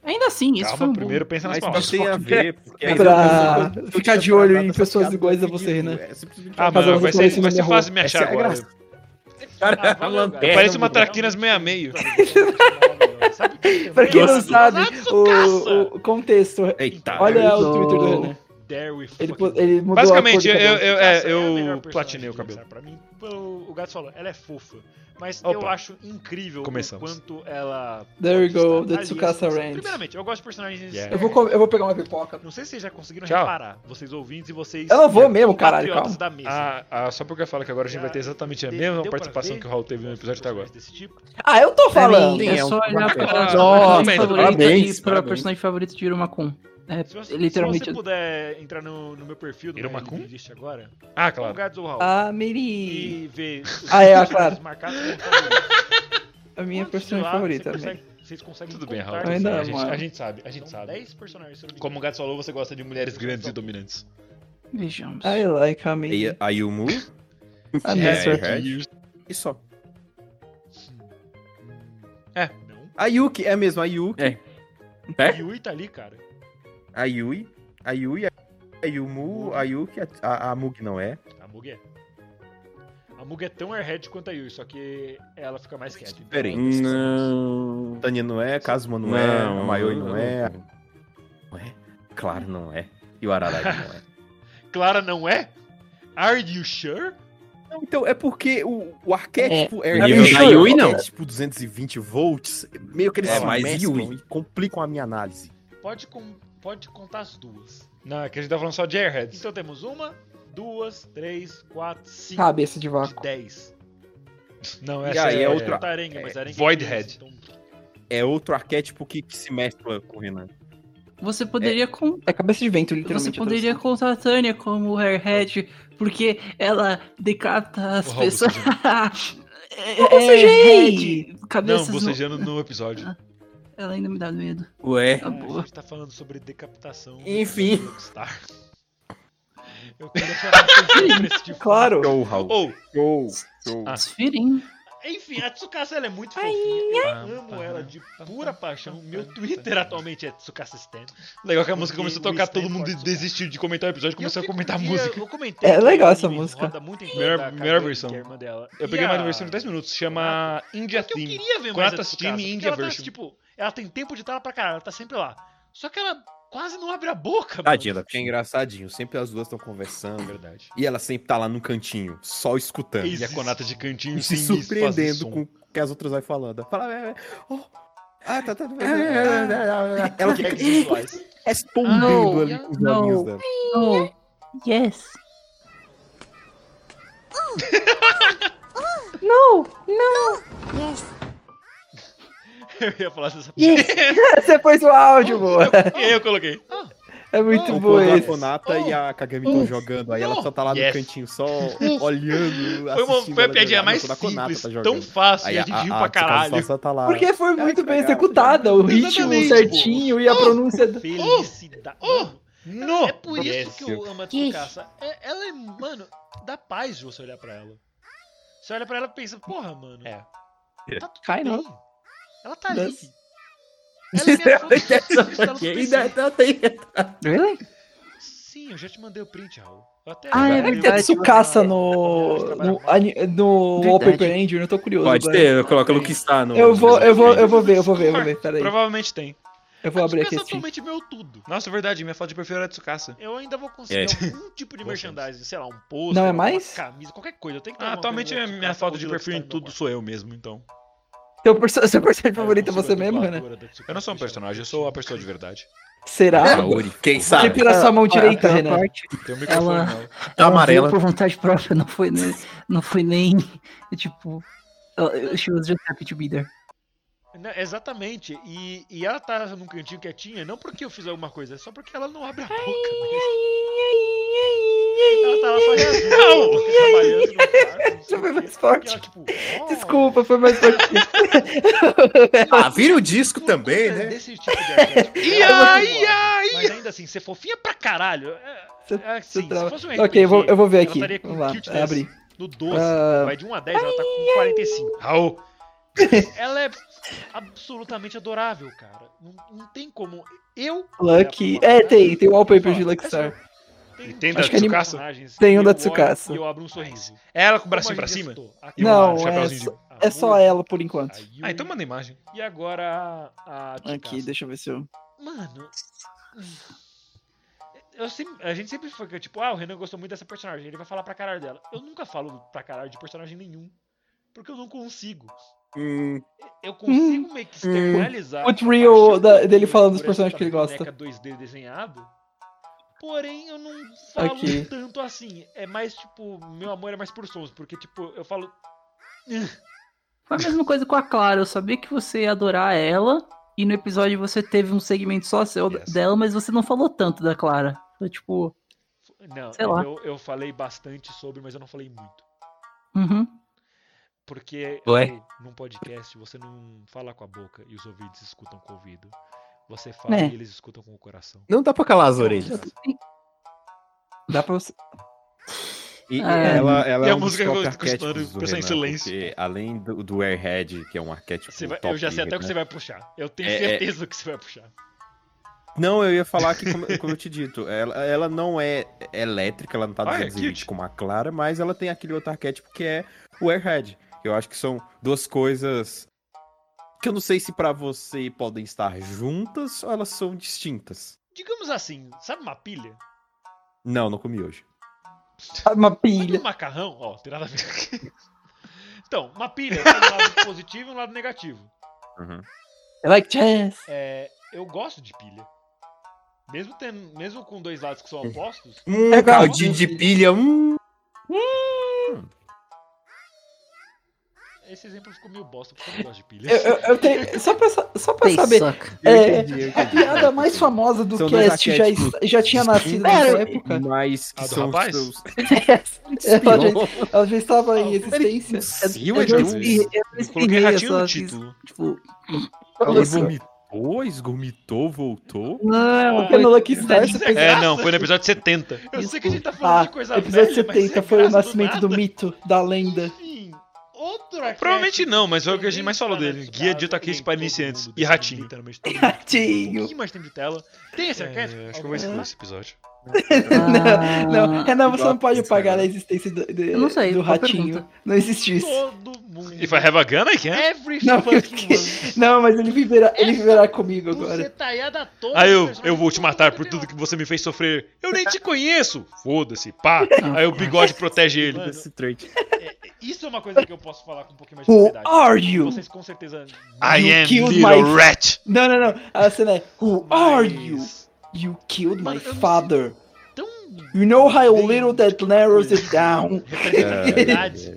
Ainda assim, esse foi Calma, um primeiro pensa nas Mas palavras. não tem a ver, porque aí pra eu penso, ficar de olho em pessoas iguais a você, né? É simplesmente Ah, uma Fazer mano, umas vai ser, declarações vai na ser minha fácil me achar Essa é a agora. graça. Cara, a valeu, lanterna. galera. Parece uma traquinas [laughs] meia-meio. é Pra quem não Nossa, sabe, nossa, o, o contexto. Eita, Olha o Não. Twitter do Renan. There we Ele, fucking po- ele mudou Basicamente, a eu, cor do cabelo. eu, Essa é, é a melhor eu personagem platinei o de cabelo. Pixar Pra mim, o o Gato falou, ela é fofa. Mas eu Opa. acho incrível o Começamos. quanto ela. There we go, está the Tsukasa ali. Ranch. Primeiramente, eu gosto de personagens. Yeah. Eu vou, com- eu vou pegar uma pipoca. Não sei se vocês já conseguiram Tchau. reparar, vocês ouvintes e vocês. Eu não vou mesmo, caralho, compatriotas calma. da mesa. Ah, ah, só porque eu falo que agora a gente vai ter exatamente a Deu- mesma deu pra participação ver? que o Raul teve no episódio até agora. Desse tipo. Ah, eu tô falando. É só olhar pra Nossa, personagem favorito parabéns, e pra parabéns. personagem favorito de Irumacum. É, Se você, literalmente. se você puder entrar no, no meu perfil do Era uma meu cum? playlist agora, Ah, claro. o claro. Gato ou Raul. Ah, Miri. E ver os Ah, [laughs] é, personagens [laughs] claro. marcados como favoritos. A minha Quantos de personagem lá favorita. você né? consegue- Vocês conseguem Tudo bem, contar Raul. de Ainda a, é, personagens? gente, mano. a gente sabe, a gente São sabe. 10 Então, personagens. se eu não me Como o Gato falou, você gosta de mulheres grandes e dominantes. Vejamos. I like a Miri. Aí aí o Mu. Ah, É, não, certo. é, E só. engano. Não. A Yuki, é mesmo, a Yuki. É? Yui tá ali, cara. A Yui. A Yui, a Yumu, a Yuki, a- a, a Mug não é. A Mug é. A Mug é tão airhead quanto a Yui, só que ela fica mais quieta. É Diferente. [laughs] Não. Tânia não é, Kazuma não, é, a Mayoi não é. Não é? Claro, não é. E o Araragi não é. Clara não é? Are you sure? Não, Então, é porque o, o arquétipo é, O nível é- da Yui, não. O arquétipo 220 volts, meio que eles É, se mas mesclam Yui. e complicam a minha análise. Pode, com- pode contar as duas. Não, é que a gente tá falando só de Airheads. Então temos uma, duas, três, quatro, cinco, Cabeça de de vácuo. dez. Não, E essa aí, é, é outra. outra- Conta a arenga, mas a arenga é Void três, Head. então- É outro arquétipo que, que se mescla com o Renan. Você poderia con- É cabeça de vento, Você literalmente. é poderia adolescente. contar a Tânia como Hairhead, porque ela decapita as O Raul [laughs] pessoas. é, Eu bocejei! Hairhead, [laughs] Não, cabeças no... bocejando no episódio. Ela ainda me dá medo. Ué. Tá Ah, boa. A gente tá falando sobre decapitação. Enfim. do Rockstar. Eu queria chamar a atenção pra esse tipo. Claro. Show, Raul. Ou, Show, show. Ah. Desfirim. Enfim, a Tsukasa ela é muito fofinha. Eu amo ai. ela de pura paixão. Meu Twitter atualmente é Tsukasa Stan. legal que a música começou a Porque o é tocar, todo Stan mundo pode desistiu de comentar o episódio e começou a comentar a música. um Eu comentei É que legal o essa anime música. roda muito em Melhor- torno da melhor Kageki, versão. que é a irmã dela. Eu E peguei mais a- uma versão de 10 minutos, chama India Porque eu Theme. queria ver mais Quatro a Tsukasa, time porque India ela tá, version. tipo, ela tem tempo de tela pra caralho, ela tá sempre lá. Só que ela quase não abre a boca, Tadinha da É engraçadinho, sempre as duas estão conversando. Verdade. E ela sempre tá lá no cantinho, só escutando. E a Conata de cantinho E se sim, faz um surpreendendo som. com o que as outras vai falando. Fala, é, é, oh, ah, tá, tá. tá, tá, tá. Ela Ela quer fica que isso faz. respondendo Ah, ali com os não. olhinhos dela. Oh, yes. Não, não. [laughs] Eu ia falar dessa [laughs] Você pôs é, o áudio, boa. E aí eu coloquei. Ah, É muito Então, bom quando a esse. Konata e a Kagami estão jogando, aí ela só tá lá no Yes. cantinho, só [laughs] olhando. foi uma assistindo foi a ela piadinha jogar, mais quando a Konata simples, tá jogando. tão fácil, e Aí a, adivinho a, pra a caralho. Tsukasa só tá lá. Porque é foi Ai, muito que bem legal. executada, o ritmo Exatamente, certinho e a pronúncia. do- Felicidade. Oh, No! É por isso que eu amo a Que? Tsukasa. É, ela é, mano, dá paz de você olhar pra ela. Você olha pra ela e pensa, porra, mano. É. Tá tudo Cai, bem. não. Ela tá ali. Yes. Ela é minha [laughs] foto simples, tá no né? PC. Really? Sim, eu já te mandei o print, Raul. Eu até Ah, é eu- Deve ter verdade, Tsukasa eu- eu- no, eu- no, ani- no Verdade. Wallpaper Engine, eu tô curioso. Pode agora. ter, coloca o que está no. Eu vou, eu vou, eu vou ver, eu vou ver, eu vou ver, peraí. Provavelmente tem. Eu vou abrir aqui Tsukasa esse time. atualmente meu tudo. Nossa, é verdade, minha foto de perfil era de Tsukasa. Eu ainda vou conseguir É. algum tipo [laughs] de merchandising, sei lá, um pôster, Não é alguma mais? camisa, qualquer coisa. Eu tenho que ter tipo Ah, alguma atualmente coisa da minha Tsukasa foto de ou Vila perfil em Tsukasa no tudo sou eu mesmo, então. Seu perso- seu personagem meu favorito é armário. você mesmo, né? Eu não sou um personagem, eu sou a pessoa de verdade. Será? Saori, Quem Você sabe? pira sua mão direita, Aquela Renan. parte, Tem um microfone. ela, não. Tá ela veio amarela. por vontade própria, não foi, nem- não foi nem, [laughs] tipo, ela- she was just happy to be there. Não, exatamente. E, e ela tá num cantinho quietinha, não porque eu fiz alguma coisa, é só porque ela não abre a boca. mesmo. Ela tá lá só reagindo. trabalhando tá no quarto, não sei Foi o mais quê. forte. E ela, tipo, ó, Desculpa, foi mais forte. Ah, vira o disco por também, conta né? Desse tipo [laughs] de arquétipo, ela é zoada, Mas ainda assim, ser fofinha pra caralho. É, Você- é assim, se trava. fosse um Ok, eu vou, eu vou ver ela aqui. estaria com Vamos lá, cute desse. abri. No 12, Ah. vai de 1 a 10, ela tá com 45. Raul! Ela é absolutamente adorável, cara. Não, não tem como. Eu. Lucky. É, tem, tem o wallpaper de Luckstar. E tem da Tsukasa? Tem Tem um da Tsukasa. E eu abro um sorriso. É ela com o Como bracinho a pra gente cima? estou aqui, Não, o é chapéuzinho só, de- é só Amor, ela por enquanto. a Yuri. Ah, então manda imagem. E agora a. a Aqui, Tsukasa. deixa eu ver se eu. Mano. [sighs] Eu sempre, a gente sempre foi tipo, ah, o Renan gostou muito dessa personagem, ele vai falar pra caralho dela. Eu nunca falo pra caralho de personagem nenhum. Porque eu não consigo. Eu consigo meio que externalizar. O a trio paixão da- que eu dele tenho falando dos por personagens essa que ele gosta. boneca 2D desenhado. Porém, eu não falo Ok. tanto assim. É mais tipo, meu amor é mais por sons, porque tipo, eu falo. Foi a mesma coisa com a Clara, eu sabia que você ia adorar ela, e no episódio você teve um segmento só seu Yes. dela, mas você não falou tanto da Clara. Foi tipo, Não, Sei lá. Eu, eu falei bastante sobre, mas eu não falei muito. uhum. Porque Ué? Raul, num podcast você não fala com a boca e os ouvidos escutam com o ouvido. Você fala É. e eles escutam com o coração. Não dá pra calar as orelhas. Dá pra você. E É. ela, ela E é a um dos música que eu top tô escutando, arquétipos do o pessoal em Renan, silêncio. porque além do, do Airhead, que é um arquétipo Você vai- top eu já sei de até o que Renan. você vai puxar. Eu tenho É, é. certeza que você vai puxar. Não, eu ia falar que, como, [laughs] como eu te dito, ela, ela não é elétrica, ela não tá Ah, é 220 cute. como a Clara, mas ela tem aquele outro arquétipo que é o Airhead. Eu acho que são duas coisas que eu não sei se pra você podem estar juntas ou elas são distintas. Digamos assim, sabe uma pilha? Não, não comi hoje. Ah, Uma Sabe pilha. um macarrão? Ó, tem nada a ver aqui. Então, uma pilha tem um lado positivo e um lado negativo. I like chess. É, eu gosto de pilha. Mesmo, tendo, mesmo com dois lados que são opostos, Hum, É, cara. caldinho de pilha, hum. esse exemplo ficou meio bosta porque eu não gosto de pilha. Eu, eu- eu tenho. Só pra, sa- só pra Face saber. suck. É, entendi, eu a entendi. piada mais famosa do São dois cast já, arquétipos está- já tinha nascido nessa época. É, Mas que Ah, do são os rapaz? seus- Ela já, ela já estava em existência. Sim, Eu mas não eu- espirrei, eu não Eu coloquei espirrei, eu ratinho só no fiz, título. Tipo, é, Alguém vomitou, esgomitou, voltou? não, Porque no Lucky Star Verdade. você É, fez. É, não, foi no episódio 70. Eu sei que a gente tá falando Ah, de coisa episódio velha, mas 70 é foi o graça nascimento do nada. mito, da [laughs] lenda. Enfim, outro arquétipo. Provavelmente não, mas foi o que a gente também mais falou tá na dele. Tsukasa, Guia de otaqueis em para todo iniciantes. mundo, E ratinho. Literalmente todo mundo. Um Ratinho. pouquinho mais tempo de tela. Tem esse arquétipo? É, acho que eu vou excluir esse episódio. ah, Não, Renan, você não pode pagar a existência do, do- Eu não sei, do qual a ratinho. pergunta? Não existe isso. Todo um- If I have a gun, I can. Every Não, fucking porque- one. Não, mas ele viverá, ele viverá comigo Você tá agora. taiada toda. Aí do eu, personagem eu vou te todo matar do por campeão. tudo que você me fez sofrer. Eu nem te conheço. Foda-se, pá. Aí o bigode protege ele. Mano, Esse trait. isso é uma coisa que eu posso falar com um pouquinho mais de Who propriedade. are you? Vocês com certeza. I You am killed little my- rat. Não, não, não. A cena é Who are you? Mas- You killed Mano, my eu não sei- father. Tão. You know how Bem- little that narrows it down. É, Representatividades.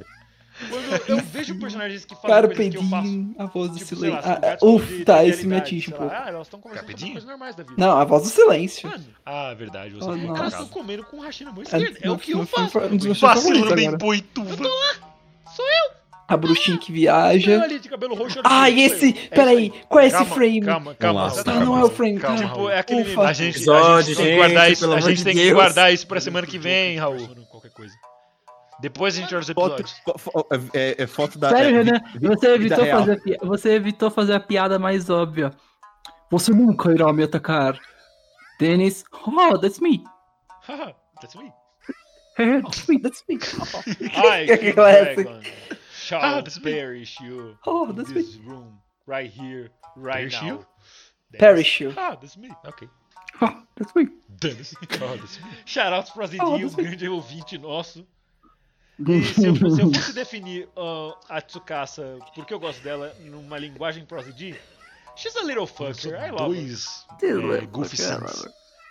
Quando eu vejo personagens que falam coisas que eu faço. Carpedinho, a voz do Tipo, sei silêncio. lá, se Ah, lugares ah, uf, de tá, esse me realidade, atinge um sei lá, pouco. Ah, elas estão conversando sobre Carpedinho? coisas normais da vida. Não, a voz do silêncio. Mano, Ah, verdade. Você Oh, tem um nossa. caras cacau. estão comendo com rachina mão É, esquerda. É meu o que eu filme foi- faço. foi um dos meus filmes Vacilo favoritos bem agora. boituva. A bruxinha que Eu viaja. ali de cabelo roxo. olha Ah, pra mim, e esse. foi eu. É Peraí, isso aí. qual é esse Calma, frame? Calma, lá, calma. tá. Ah, não é o frame, Calma, cara. Raul. é aquele Ufa. a gente, a Episódio, gente tem que gente, guardar isso, pelo a amor gente de tem que Deus. guardar isso pra semana que vem, Raul. Qualquer coisa. Depois a gente olha os Foto, episódios. [laughs] fo- fo- é, é foto da. Sério, é, Renan? vi- Você vida evitou, real. fazer a pi- você evitou fazer a piada mais óbvia. Você nunca irá me atacar. Dennis, oh, that's me. Haha, tá [laughs] That's me. Eh, that's me. É, That's me. I Que é King classic. Dragon shall Ah, that's me. perish you Oh, in that's me. this room right here, right Perish now. you? Dennis. Perish you. Ah, that's me. Ok. Oh, that's me. Dennis. Ah, that's me. Shoutouts pra Zidinho, Oh, that's me. grande ouvinte [laughs] nosso. E se, eu, se eu fosse definir ah, a Tsukasa, porque eu gosto dela, numa linguagem pro Zidinho, she's a little fucker. I love her. Dois Dude, é, Goofy Sons.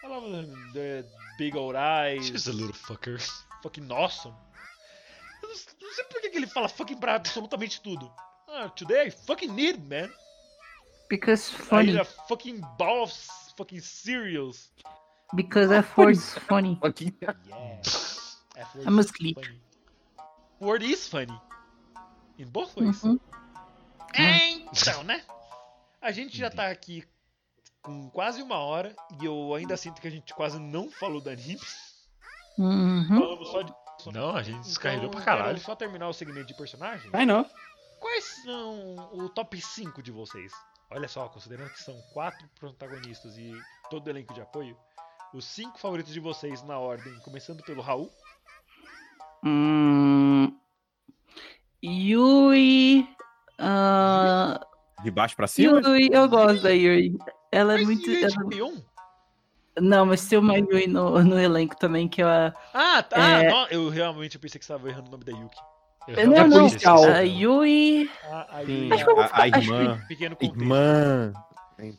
I love her. The big old eyes. She's a little fucker. fucking awesome. Eu não, não sei por que que ele fala fucking pra absolutamente tudo. Ah, today I fucking need, man. Because I funny. need a fucking bowl of s- fucking cereals. Because F4 is [laughs] funny. Yeah. F-word I'm is asleep. É, funny. Word is funny. In both ways. Uhum. É, Então, né? A gente já tá aqui com quase uma hora e eu ainda sinto que a gente quase não falou do anime. Uhum. Falamos só de. Não, a gente descarregou Então, pra eu caralho. Quero só terminar o segmento de personagem. I know. Quais são o top 5 de vocês? Olha só, considerando que são quatro protagonistas e todo o elenco de apoio, os cinco favoritos de vocês na ordem, começando pelo Raul. Hum. Yui. ah, De baixo pra cima? Yui, eu gosto da Yui. Ela é Mas muito. e tipo, a ela- Jibeon? Não, mas tem uma Yui no, no elenco também, que é ela. Ah, tá. É. não, eu realmente pensei que você estava errando o nome da Yuki. Eu É não, realmente não. Ah, pensei que você A estava errando. Yui. A- a Sim, Yui, Acho que eu vou a- ficar- a acho que- irmã. pequeno contexto. Irmã.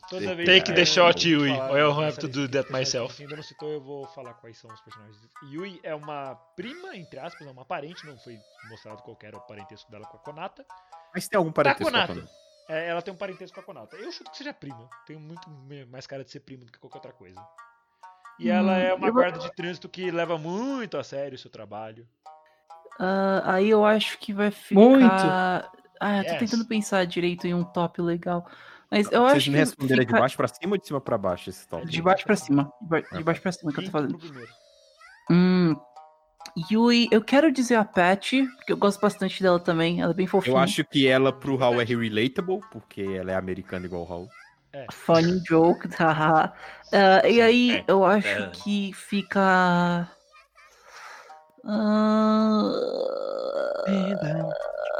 Toda vez Take que the eu shot, vou Yui, falar or I'll dessa have to lista do de that personagens myself. que Você ainda não citou, eu vou falar quais são os personagens. Yui é uma prima, entre aspas, é uma parente, não foi mostrado qual que era o parentesco dela com a Konata. Mas tem algum Da parentesco com a Konata. Konami? É, ela tem um parentesco com a Konata. Eu chuto que seja prima. Tenho muito me- mais cara de ser prima do que qualquer outra coisa. E ela é uma Hum, eu- guarda de trânsito que leva muito a sério o seu trabalho. Ah, aí eu acho que vai ficar. Muito. Ah, eu tô Yes. tentando pensar direito em um top legal. Mas eu Vocês acho me que. responderam de fica- baixo pra cima ou de cima pra baixo esse top? De baixo pra cima. De ba- de baixo pra é cima que eu Quinto tô pro fazendo. primeiro. Hum. Yui, eu quero dizer a Patty, porque eu gosto bastante dela também. Ela é bem fofinha. Eu acho que ela pro Raul é relatable, porque ela é americana igual o Raul. Funny joke, [laughs] haha. Ah, e aí, eu acho é. que fica.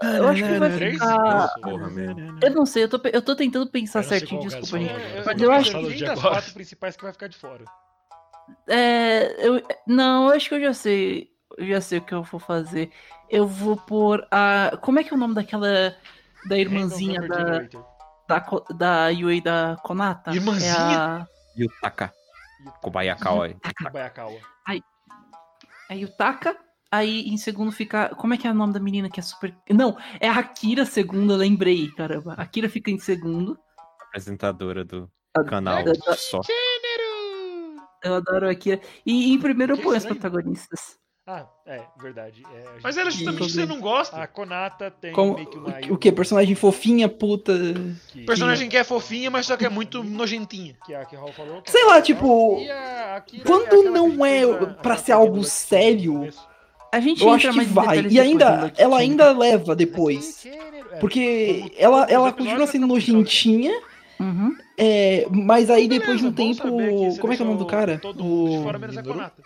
Ah, eu acho que vai Três? ah, Ah, ficar. Porra, mesmo. Eu não sei, eu tô, pe- eu tô tentando pensar Eu não sei certinho, qual Tá caso desculpa, gente. foi. É, Mas eu acho que- que de das agora. quatro principais que vai ficar de fora. É, eu, não, eu acho que eu já sei. Eu já sei o que eu vou fazer. Eu vou pôr a. Como é que é o nome daquela. Da irmãzinha então Random da, number generator. da, Co- da Yui da Konata? Irmãzinha? É a, E o Taka. Kobayakawa. Baiacaua. é a Yutaka. Aí em segundo fica. Como é que é o nome da menina que é super. Não, é a Akira segunda, lembrei, caramba. A Akira fica em segundo. apresentadora do Ah, canal. eu tô- Só. Eu adoro a Akira. E em primeiro eu Que ponho os estranho. protagonistas. Ah, é, verdade. É, a Mas gente- era justamente o que você não A gosta. Konata tem Como- meio que uma. O que? Personagem fofinha, puta. O que- personagem que é fofinha, mas só que é muito nojentinha. que a que a Raul falou. que é Sei a lá, Raul tipo, falou, e a Akira quando é aquela não que é fez a- pra a ser Akira algo do- sério, A gente Eu entra acho que mais em vai. detalhes E depois do ainda, Lucky ela King. ainda leva depois. Porque ela, ela continua sendo nojentinha, Uhum. é, mas aí depois de um Beleza, bom tempo. saber que você Como é que é o nome do deixou cara? Todo mundo de O... fora menos a Minoru? Konata.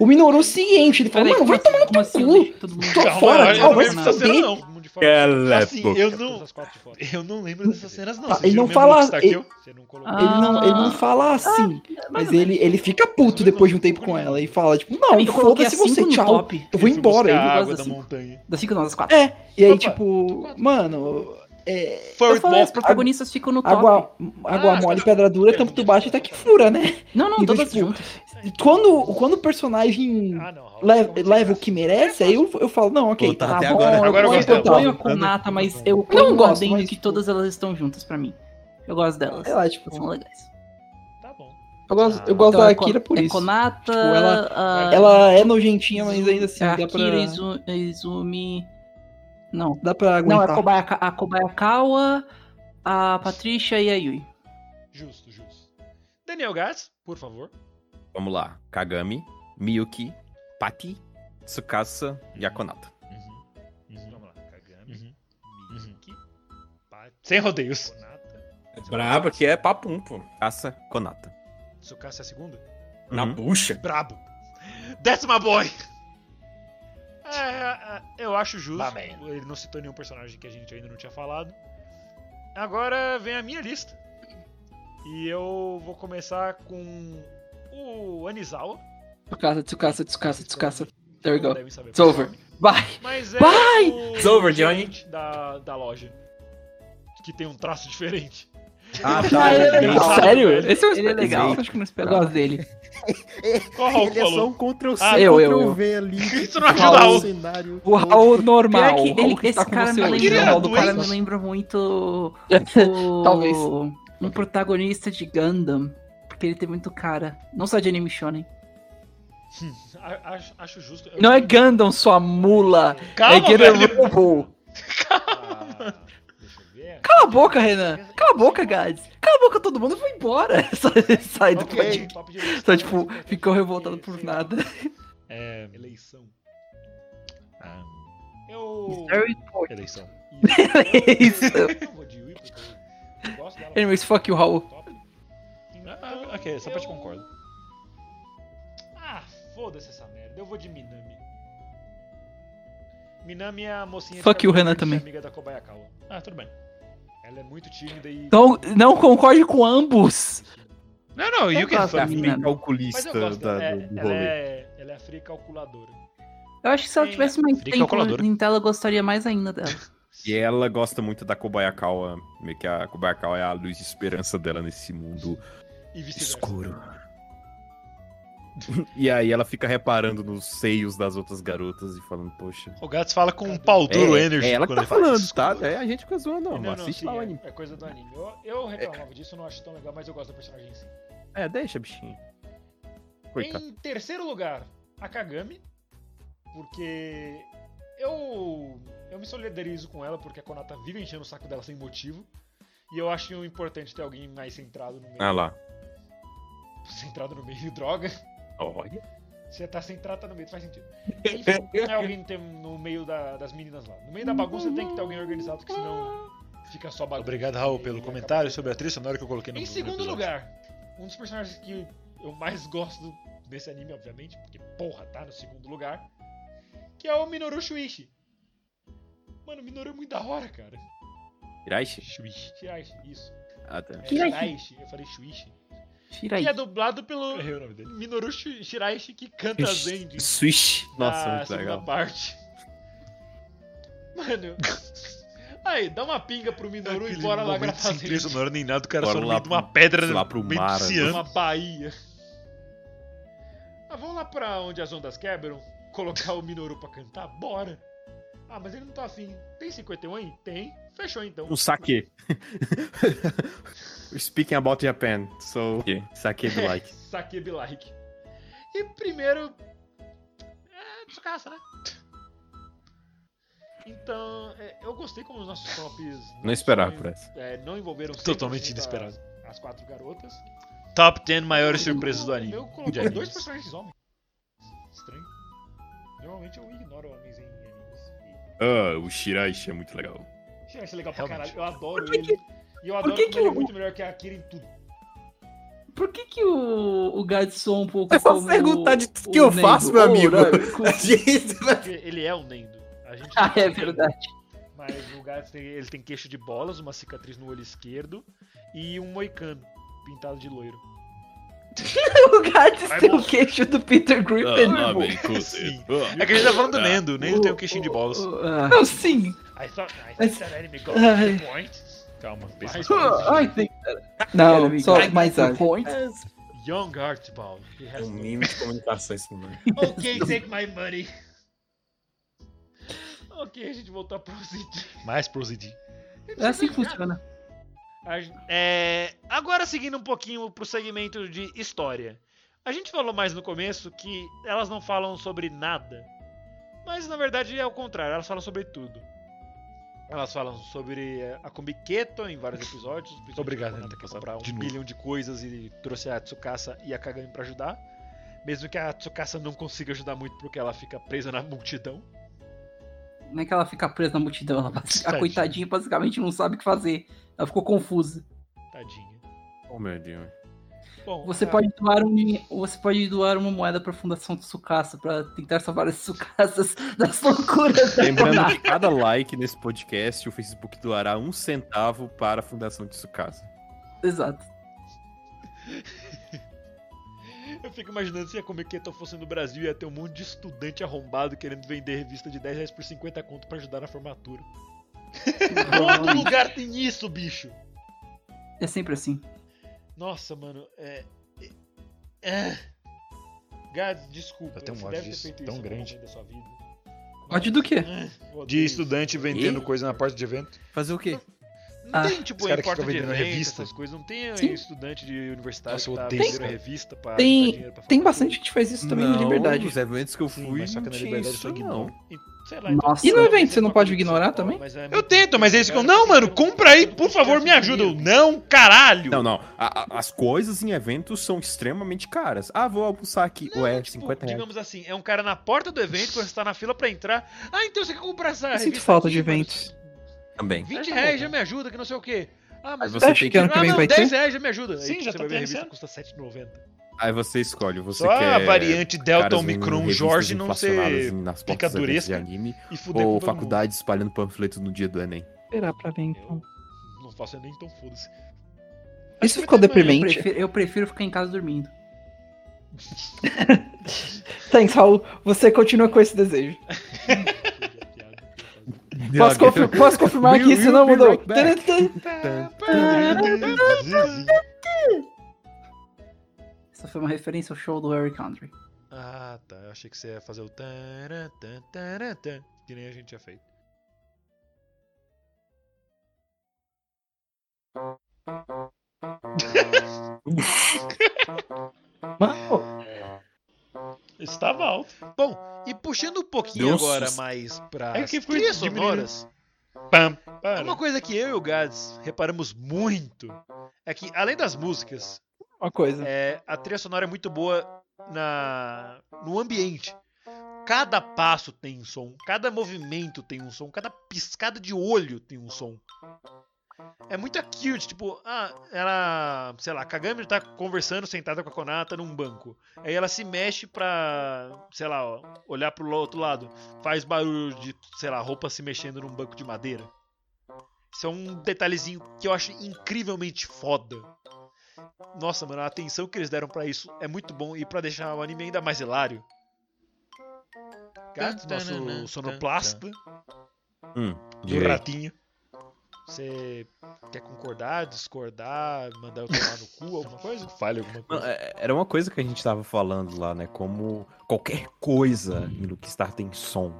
O Minoru ciente, ele falou, Peraí, mano, como vai assim? tomar no Como teu assim? Eu cu. deixo todo mundo- Tô Calma, fora, eu tchau, não vai lembro se dessa fuder. cena, não. Mundo de fora. Ela Assim, eu não- não. quatro de fora. Eu não lembro dessas cenas, não. Tá, Vocês ele não viram o mesmo fala- look que ele- eu? Você não colocou. Ele não, ele não Ah. fala assim, mais mas ou ele, ele fica puto depois de um tempo com ela e fala, tipo, não, Eu coloquei foda-se a 5 você, no tchau. top. Eu vou Ele foi embora. buscar ele a gosta água da assim. montanha. Das 5 não, das 4. É, e aí, Opa. tipo, mano. É, Furry Eu falei, as Bop. protagonistas ficam no top. água água Ah, [laughs] mole, tá. pedra dura, tanto tu baixa até que fura, né? Não, não, E do todas tipo- juntas. E Quando, quando o personagem Ah, não. Raul, leva, ficou muito leva o que merece, aí eu, eu falo, não, ok. Pô, tá Tá até bom, agora. eu Agora eu ponho, gostei. eu ponho a Tá. Kunata, mas eu Eu ponho não um gosto, adendo mas, que tipo- todas elas estão juntas pra mim. Eu gosto delas. Sei lá, tipo, Elas são legais. Tá bom. eu gosto, eu Ah. gosto Então, da é Ko- Akira por é isso. Konata, Tipo, ela- ah, Ela é nojentinha, mas ainda assim, é dá pra, Akira, Izu- Izumi... Não. dá pra Não, é aguentar. a, Kobayaka, a Kobayakawa, a Patrícia e a Yui. Justo, justo. Daniel Gás, por favor. Vamos lá. Kagami, Miyuki, Pati, Tsukasa e Akonata. Uhum. Vamos lá. Kagami. Miyuki. Pati, Uhum. Sem rodeios. Konata. Braba que é um, papum, pô. Tsukasa, Konata. Tsukasa é a segunda? Na Uhum. bucha. Brabo. Décima boy. É, é, é, eu acho justo. Bah, man. Ele não citou nenhum personagem que a gente ainda não tinha falado. Agora vem a minha lista. E eu vou começar com o Anizawa. Tsukasa, Tsukasa, Tsukasa, Tsukasa. There we Não go. devem saber It's over. Bye. Mas é Vai! o It's over, Johnny. gerente Da, da loja. Que tem um traço diferente. Ah, tá, Ah, ele é entendi. legal. Engraçado, Sério? velho. Esse é Ele é legal. Acho que eu não esperava. Eu gosto dele. Qual Raul Ele é só falou? um Ctrl-C, Ah, eu, eu, eu. Ctrl-V [laughs] ali. [laughs] um Isso não ajuda Raul. Raul. cenário. O Raul normal. Pior que o Raul ele- que esse tá com cara você me hoje, Ele lembra, o era Raul do o cara doente. me Paraná. lembra muito o- Talvez. um protagonista de Gundam, porque ele tem muito cara, não só de anime shonen. A- Acho, acho justo. Eu- Não é Gundam, sua mula. Calma, é velho. Guerreiro Ah, deixa eu ver. Cala a boca, Renan. Cala a boca, Gads. Cala a boca, todo mundo foi embora. [laughs] Sai- Sai do Ok, podcast. top de lista. Tá, Só, tipo, ficou revoltado por nada. É, eleição. Ah. Eu. Eleição. Eleição. Eu vou de Yui, porque eu gosto dela. Anyways, fuck you, Raul. Top. Ah, ok, só pra te concordo. Ah, foda-se essa merda. Eu vou de Minami. Minami é a mocinha de Fuck cabelo you, Renan, verde, também. amiga da Kobayakawa. Ah, tudo bem. Ela é muito tímida e. Então, Não, não concorde com ambos. Não, não, então Eu Yuki tá, gosto foi da mina. Mas eu Calculista gosto dela. da- É, do do ela, rolê. é, ela é fria calculadora. Eu acho que se ela tivesse mais Fria tempo calculadora. em tela, eu gostaria mais ainda dela. E ela gosta muito da Kobayakawa. Meio que a Kobayakawa é a luz de esperança dela nesse mundo E vice-versa. escuro. e aí ela fica reparando nos seios das outras garotas e falando, poxa. O Gats fala com um pau duro energy. ela que quando tá ele fala falando, isso. tá? É a gente fica zoando, não. Não, não, Assiste sim, lá o é- anime. É coisa do anime. Eu, eu reclamava disso, não acho tão legal, mas eu gosto da personagem em si. É, deixa, bichinho. Coitado. Em terceiro lugar, a Kagami. Porque eu eu me solidarizo com ela, porque a Konata vive enchendo o saco dela sem motivo. E eu acho importante ter alguém mais centrado no meio. Ah lá. Centrado no meio, droga. Olha. Você tá centrado, tá no meio, faz [laughs] sentido. Enfim, é alguém ter no meio da- das meninas lá. No meio da bagunça tem que ter alguém organizado, porque senão fica só bagunça. Obrigado, Raul, pelo comentário sobre a trilha sonora que eu coloquei no Em no segundo episódio. lugar, um dos personagens que eu mais gosto desse anime, obviamente, porque porra, tá no segundo lugar, que é o Minoru Shuichi. Mano, o Minoru é muito da hora, cara. Hiraishi? Shuichi. Shiraishi, isso. Ah, tá. É, Shiraishi. Shiraishi, eu falei Shuichi. Tira aí. E é dublado pelo Errei o nome dele. Minoru Shi- Shiraishi que canta as endings Swish. Nossa, na muito segunda legal. parte. [laughs] Mano, aí, dá uma pinga pro Minoru e Aquele bora lá momento gravar sem as trilha endings. sonora nem nada, o cara Bora só no lá meio de uma pro- pedra lá no pro meio do mar, oceano. Uma Bahia. Ah, vamos lá pra onde as ondas quebram? Colocar o Minoru pra cantar? Bora! Ah, mas ele não tá afim. Tem 51 aí? Tem. Fechou então. Um saque. [laughs] Speaking about Japan, so saque do like. É, Saque be like. E primeiro. É, descaça, né? Então, é, eu gostei como os nossos tops. [laughs] Não esperava por essa. É, não envolveram 100% Totalmente as- inesperado. As quatro garotas. Top 10 maiores surpresas do anime. Eu de coloquei animes. dois personagens homens. Estranho. Normalmente eu ignoro homens em animes. Ah, o Shiraishi é muito legal. E- Gente, isso é legal pra Realmente. caralho. Eu adoro Por que ele. E eu adoro que como ele é o- muito melhor que a Akira em tudo. Por que que o, o Gadson um pouco É só como perguntar de o- tudo que eu o faço, meu amigo. Urano, com- Gente, Porque ele é o Nendo. A gente [laughs] ah, [laughs] é verdade. Mas o Gats tem, ele tem queixo de bolas, uma cicatriz no olho esquerdo e um moicano pintado de loiro. O Gats Vai, tem o moço. queixo do Peter Griffin. Sim. É que a gente tá falando do Nendo, o Nendo tem um queixinho de bolas. Ah, Não, sim. I thought I Mas- said enemy got Ai. the point. é Calma, pensa mais. Ai, tem... Não, só mais um água. Young Archibald. He has um mínimo de comunicação esse mano. Ok, take my money. Ok, a gente voltar pro Zid. Mais pro Zid. É assim que funciona. É, agora seguindo um pouquinho pro segmento de história. A gente falou mais no começo que elas não falam sobre nada. Mas na verdade é o contrário, elas falam sobre tudo. Elas falam sobre eh, a Kumbiqueto em vários episódios. principalmente Obrigado, quando ela Renan, tem que por comprar um passar de novo. bilhão de coisas e trouxe a Tsukasa e a Kagami pra ajudar. Mesmo que a Tsukasa não consiga ajudar muito porque ela fica presa na multidão. Não é que ela fica presa na multidão. Ela, a Tadinha. coitadinha basicamente não sabe o que fazer. Ela ficou confusa. Tadinha. Oh, meu Deus. Bom, é, Você a- pode doar um, você pode doar uma moeda pra Fundação Tsukasa pra tentar salvar as Tsukassas [laughs] das loucuras da Lembrando Konami. que cada like nesse podcast, o Facebook doará um centavo para a Fundação Tsukasa. Exato. Eu fico imaginando se a Comiqueta fosse no Brasil e ia ter um monte de estudante arrombado querendo vender revista de 10 reais por 50 conto pra ajudar na formatura. Todo lugar tem isso, bicho! É sempre assim. Nossa, mano, é. é... é. Gads, desculpa, Eu tenho um você ódio deve ter disso, feito tão isso em algum grande. momento da sua vida. Ah, Ódio do quê? Eu odeio De isso. estudante vendendo coisa na porta de evento. Fazer o quê? Não Ah. tem, tipo, Os em cara que porta fica de vendendo evento, revista. essas coisas. Não tem Sim. estudante de universidade Nossa, que eu tá odeio vendendo isso, revista pra Tem- gastar dinheiro pra Tem formatura. bastante gente que faz isso também não, na Liberdade. Os eventos que eu Sim, fui, mas só que não na tinha Liberdade isso, só que não. Sei lá, então, Nossa. E no talvez evento, você seja não uma pode coisa que ignorar você fala, também? mas é Eu muito tento, mas eles caro, ficam, não, porque mano, você não compra aí, tem por favor, me dinheiro. ajuda. Eu, não, caralho. Não, não. A- a- as coisas em eventos são extremamente caras. Ah, vou almoçar aqui. Ué, Tipo, 50 reais. Digamos assim, é um cara na porta do evento, quando você tá na fila pra entrar. Ah, então você quer comprar essa Eu sinto revista falta de aqui, mano? eventos. Também. 20 reais já me ajuda, que não sei o quê. Ah, mas Aí Você Você acha tem que ano Ah, que vem não, vai 10 ter? reais já me ajuda. Sim, já você tá vai ver a tendo revista esse custa 7,90. Aí você escolhe. Você Ah, Só quer a variante Delta caras vendendo Omicron revistas Jorge não inflacionadas ser em- nas pica portas dos eventos de duresca. anime E fuder ou com todo faculdade espalhando panfletos no dia do Enem. Esperar pra ver, mundo. então. Eu não faço nem tão foda-se. Isso ficou Eu deprimente. prefiro, eu prefiro ficar em casa dormindo. Thanks, Raul. Você continua com esse desejo. Posso, confir- posso confirmar We que isso will não be mudou. right back. Essa foi uma referência ao show do Harry Country. Ah, tá. Eu achei que você ia fazer o tarã, tã, tarã, tã, que nem a gente tinha feito. Mano, Estava alto. E puxando um pouquinho Deu um agora susto. mais pra Aí É que foi trilhas diminuindo. sonoras, Pam, uma para. coisa que eu e o Gads reparamos muito é que, além das músicas, uma coisa. é, a trilha sonora é muito boa na no ambiente. Cada passo tem um som, cada movimento tem um som, cada piscada de olho tem um som. É muito cute, tipo, ah, ela, sei lá, a Kagami tá conversando sentada com a Konata num banco. Aí ela se mexe pra, sei lá, ó, olhar pro outro lado. Faz barulho de, sei lá, roupa se mexendo num banco de madeira. Isso é um detalhezinho que eu acho incrivelmente foda. Nossa, mano, a atenção que eles deram pra isso é muito bom e pra deixar o anime ainda mais hilário. Gato, nosso sonoplasta do Direito. ratinho. Você quer concordar, discordar, mandar eu tomar no cu, alguma coisa? Fale alguma Mano, coisa. é- Era uma coisa que a gente tava falando lá, né? Como qualquer coisa em Luquistar tem som.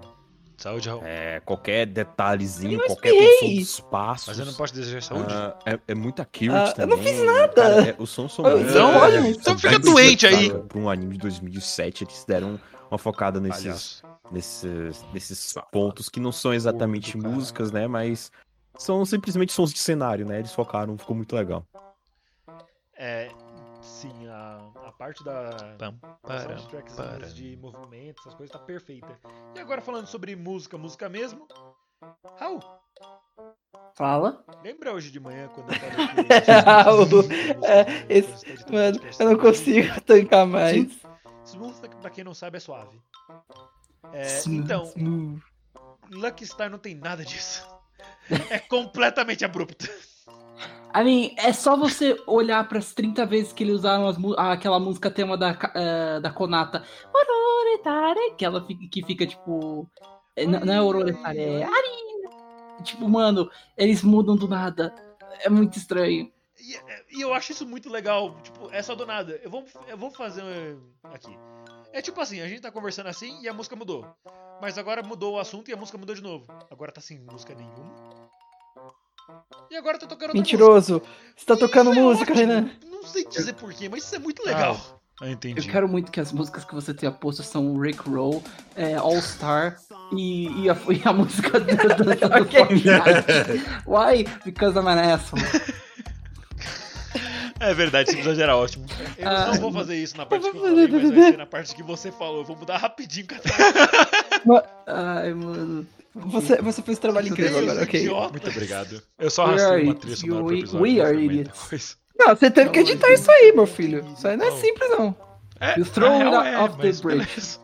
Saúde, Raul. É, qualquer detalhezinho, Eu qualquer som espirrei. dos passos. Mas eu não posso desejar saúde. Ah, é, é muita cute Ah, eu não também. fiz nada. Cara, é- o som sonoro. Então, é- olha, é- então é fica bem doente aí. respeitado. Pra um anime de 2007, eles deram uma focada né, nesses, Palhaço. nesses, nesses pontos que não são exatamente Porco do caralho. músicas, né? Mas são simplesmente sons de cenário, né? Eles focaram, ficou muito legal. É, sim, a, a parte da Pam, das param, soundtracks param. de movimento, essas coisas, tá perfeita. E agora falando sobre música, música mesmo. Raul, Fala. Lembra hoje de manhã quando [laughs] eu tava o- é, esse- Mano, eu não consigo tancar mais. Smooth, pra quem não sabe, é suave. É, Smooth, então, smooth. Lucky Star não tem nada disso. [laughs] É completamente abrupto. I mean, é só você olhar pras 30 vezes que eles usaram as mu- aquela música tema da, Ca- eh, da Konata. Ororetare, que ela fica, que fica tipo. eh, Não, não é Ororetare, é Arina. Tipo, mano, eles mudam do nada. É muito estranho. E, e eu acho isso muito legal. Tipo, é só do nada. Eu vou, eu vou fazer eh, aqui. É tipo assim, a gente tá conversando assim e a música mudou. Mas agora mudou o assunto e a música mudou de novo. Agora tá sem música nenhuma. E agora tá tocando outra Mentiroso. Você tá música. tocando um Isso é música, ótimo. Renan. né? Não sei dizer porquê, mas isso é muito legal. Ah, Eu entendi. quero muito que as músicas que você tenha posto são Rick Roll, eh, All Star e, e a, e a [laughs] música do, do, do Fortnite. Why? Because I'm an asshole. É verdade, esse episódio era ótimo. Eu Ah. não vou fazer isso na parte que eu falei, mas vai ser na parte que você falou. Eu vou mudar rapidinho, cara. Ai, mano. Você, você fez um trabalho incrível Deus, agora, ok. idiota. Muito obrigado. Eu só We arrastei are uma idiots. trilha sonora pro We- episódio. we não are foi muita tá idiots. coisa. Não, você teve que editar isso aí, meu filho. Isso aí não é Não. simples, não. É, You throw na real it off the mas bridge. beleza.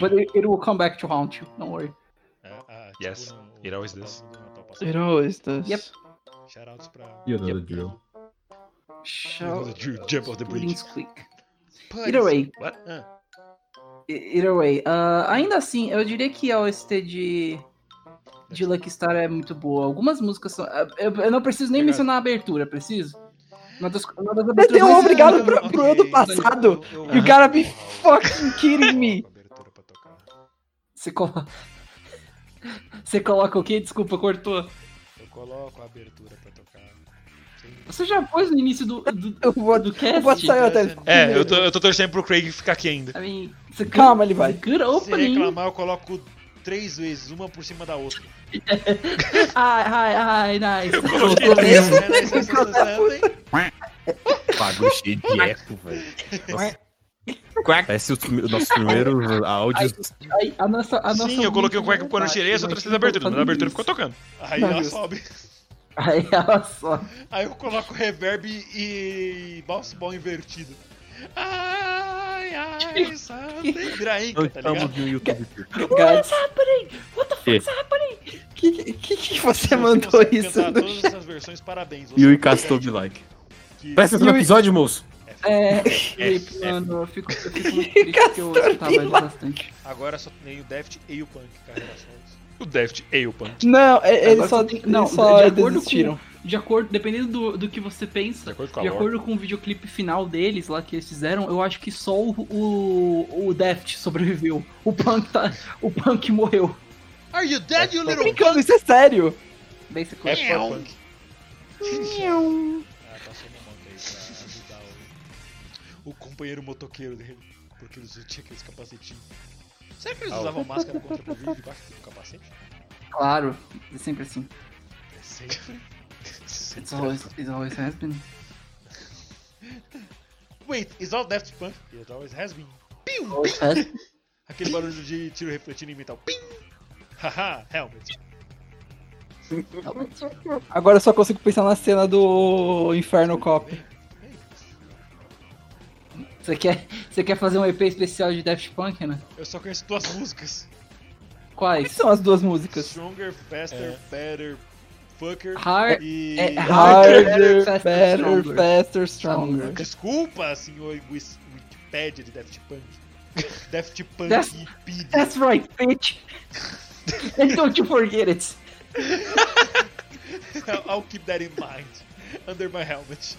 But it, it will come back to haunt you, don't worry. É, ah, tipo Yes, no- it always no does. Natal do Natal passado. Heroistas. Yep. Shoutouts pra... E another drill. Shout Ju- Jump off the bridge. Pudding's Quick. Puns. Either way, What? Ah, e- either way. ah, ainda assim, eu diria que a OST de, de Lucky Star é muito boa. Algumas músicas são. ah, Eu, eu não preciso nem Obrigado. mencionar a abertura, preciso? Uma das, uma das Você deu um mais- obrigado pro, pro ok. ano passado. Eu- eu- You gotta be fucking kidding me. [laughs] Abertura pra tocar. [laughs] Você, colo... Você coloca o quê? Desculpa, cortou. Eu coloco a abertura pra tocar. Sem- Você já pôs no início do, do, Eu vou, do eu vou cast? sair até. né? É, eu tô, eu tô torcendo pro Craig ficar aqui ainda. I mean, it's a good- Calma, ele vai. it's a Good Se opening. reclamar, eu coloco três vezes, uma por cima da outra. Ai, ai, ai, nice. coloquei Bagulho cheio de eco, velho. Nossa. Parece os prime- nossos primeiros áudios. Ai, a nossa- a nossa Sim, eu é coloquei o ouvinte cueca quando eu vai- tirei, só vai trouxe a abertura. Na abertura isso. ficou tocando. Aí Não, ela justo. sobe. Aí ela só. Aí eu coloco reverb e bounce ball invertido. Ai, ai, sabe? Grainca, tá ligado? no YouTube. Guys, É. que, que, que você Se mandou consegue isso? né? cantar no todas chat? essas versões, parabéns. E o Você Icastou consegue de like. que- Presta no episódio, moço. [laughs] É, Felipe, mano, eu fico, eu [laughs] fico muito triste porque eu escutava ele bastante. Agora só tem o Deft e o Punk, carreira solos. O Deft e o Punk. Não, é- eles Agora só, você tem- não, eles só de acordo desistiram. De acordo, dependendo do, do que você pensa, De acordo com a de lore. acordo com o videoclipe final deles lá que eles fizeram, eu acho que só o, o, o Deft sobreviveu. O Punk, tá, o Punk morreu. Are you dead, you Tô little brincando, isso é sério. Basically. É for punk. ah, passou uma moto aí pra ajudar o, o companheiro motoqueiro dele. Porque eles tinham aqueles capacetinhos. Será que eles usavam máscara contra o Covid debaixo do capacete? Claro, é sempre assim. É sempre. It's always, it's always has been. [laughs] Wait, is all Daft Punk? It always has been. Always has been. Aquele barulho de tiro refletindo em metal. Pim! Haha, helmet. Agora eu só consigo pensar na cena do Inferno Cop. Você quer, você quer fazer um EP especial de Daft Punk, né? Eu só conheço duas músicas: Quais Quais? são as duas músicas? Stronger, Faster, Better, Fucker. Hard. E. é Harder, Better, Harder, Faster, Faster, Stronger. Stronger. Desculpa, senhor Wis- Wikipedia de Daft Punk. Daft Punk That's- e Pid. That's right, [laughs] bitch. And don't you Então, tipo, forget it. [laughs] I'll keep that in mind. Under my helmet.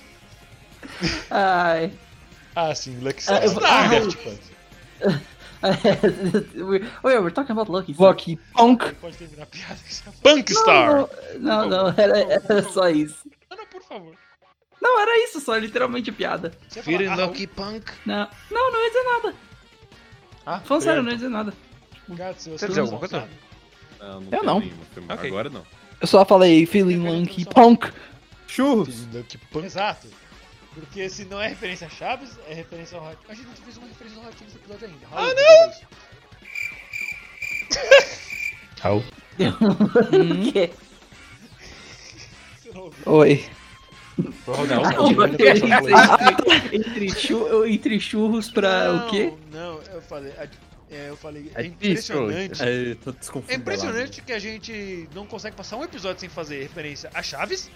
Ai. Ah, sim, Lucky Ah, eu vou- Star. Daft Punk. ah, [laughs] we, oh yeah, we're talking about Lucky. Star. Lucky Punk. Pode terminar a piada que já foi. Punk Star! Não, não, era, era só isso. Não, não, por favor. Não, era isso só, literalmente piada. Você fala, Fear ah, and Lucky Punk. Não, não, não ia dizer nada. Ah, Falando sério, não ia dizer nada. obrigado, seu- Quer dizer alguma coisa? Não, Eu não. Ok. Agora não. Eu só falei Feeling Lucky Punk. Churros. Lucky Punk. Exato. Porque se não é referência a Chaves, é referência ao Hot. A gente não fez uma referência ao Hot nesse episódio ainda. ah, não! O quê? Oi. entre, chu- entre churros pra o quê? Não, eu falei. é- É, eu falei. É, É difícil. impressionante. É, eu tô É desconfiando. impressionante que a gente não consegue passar um episódio sem fazer referência a Ah. Chaves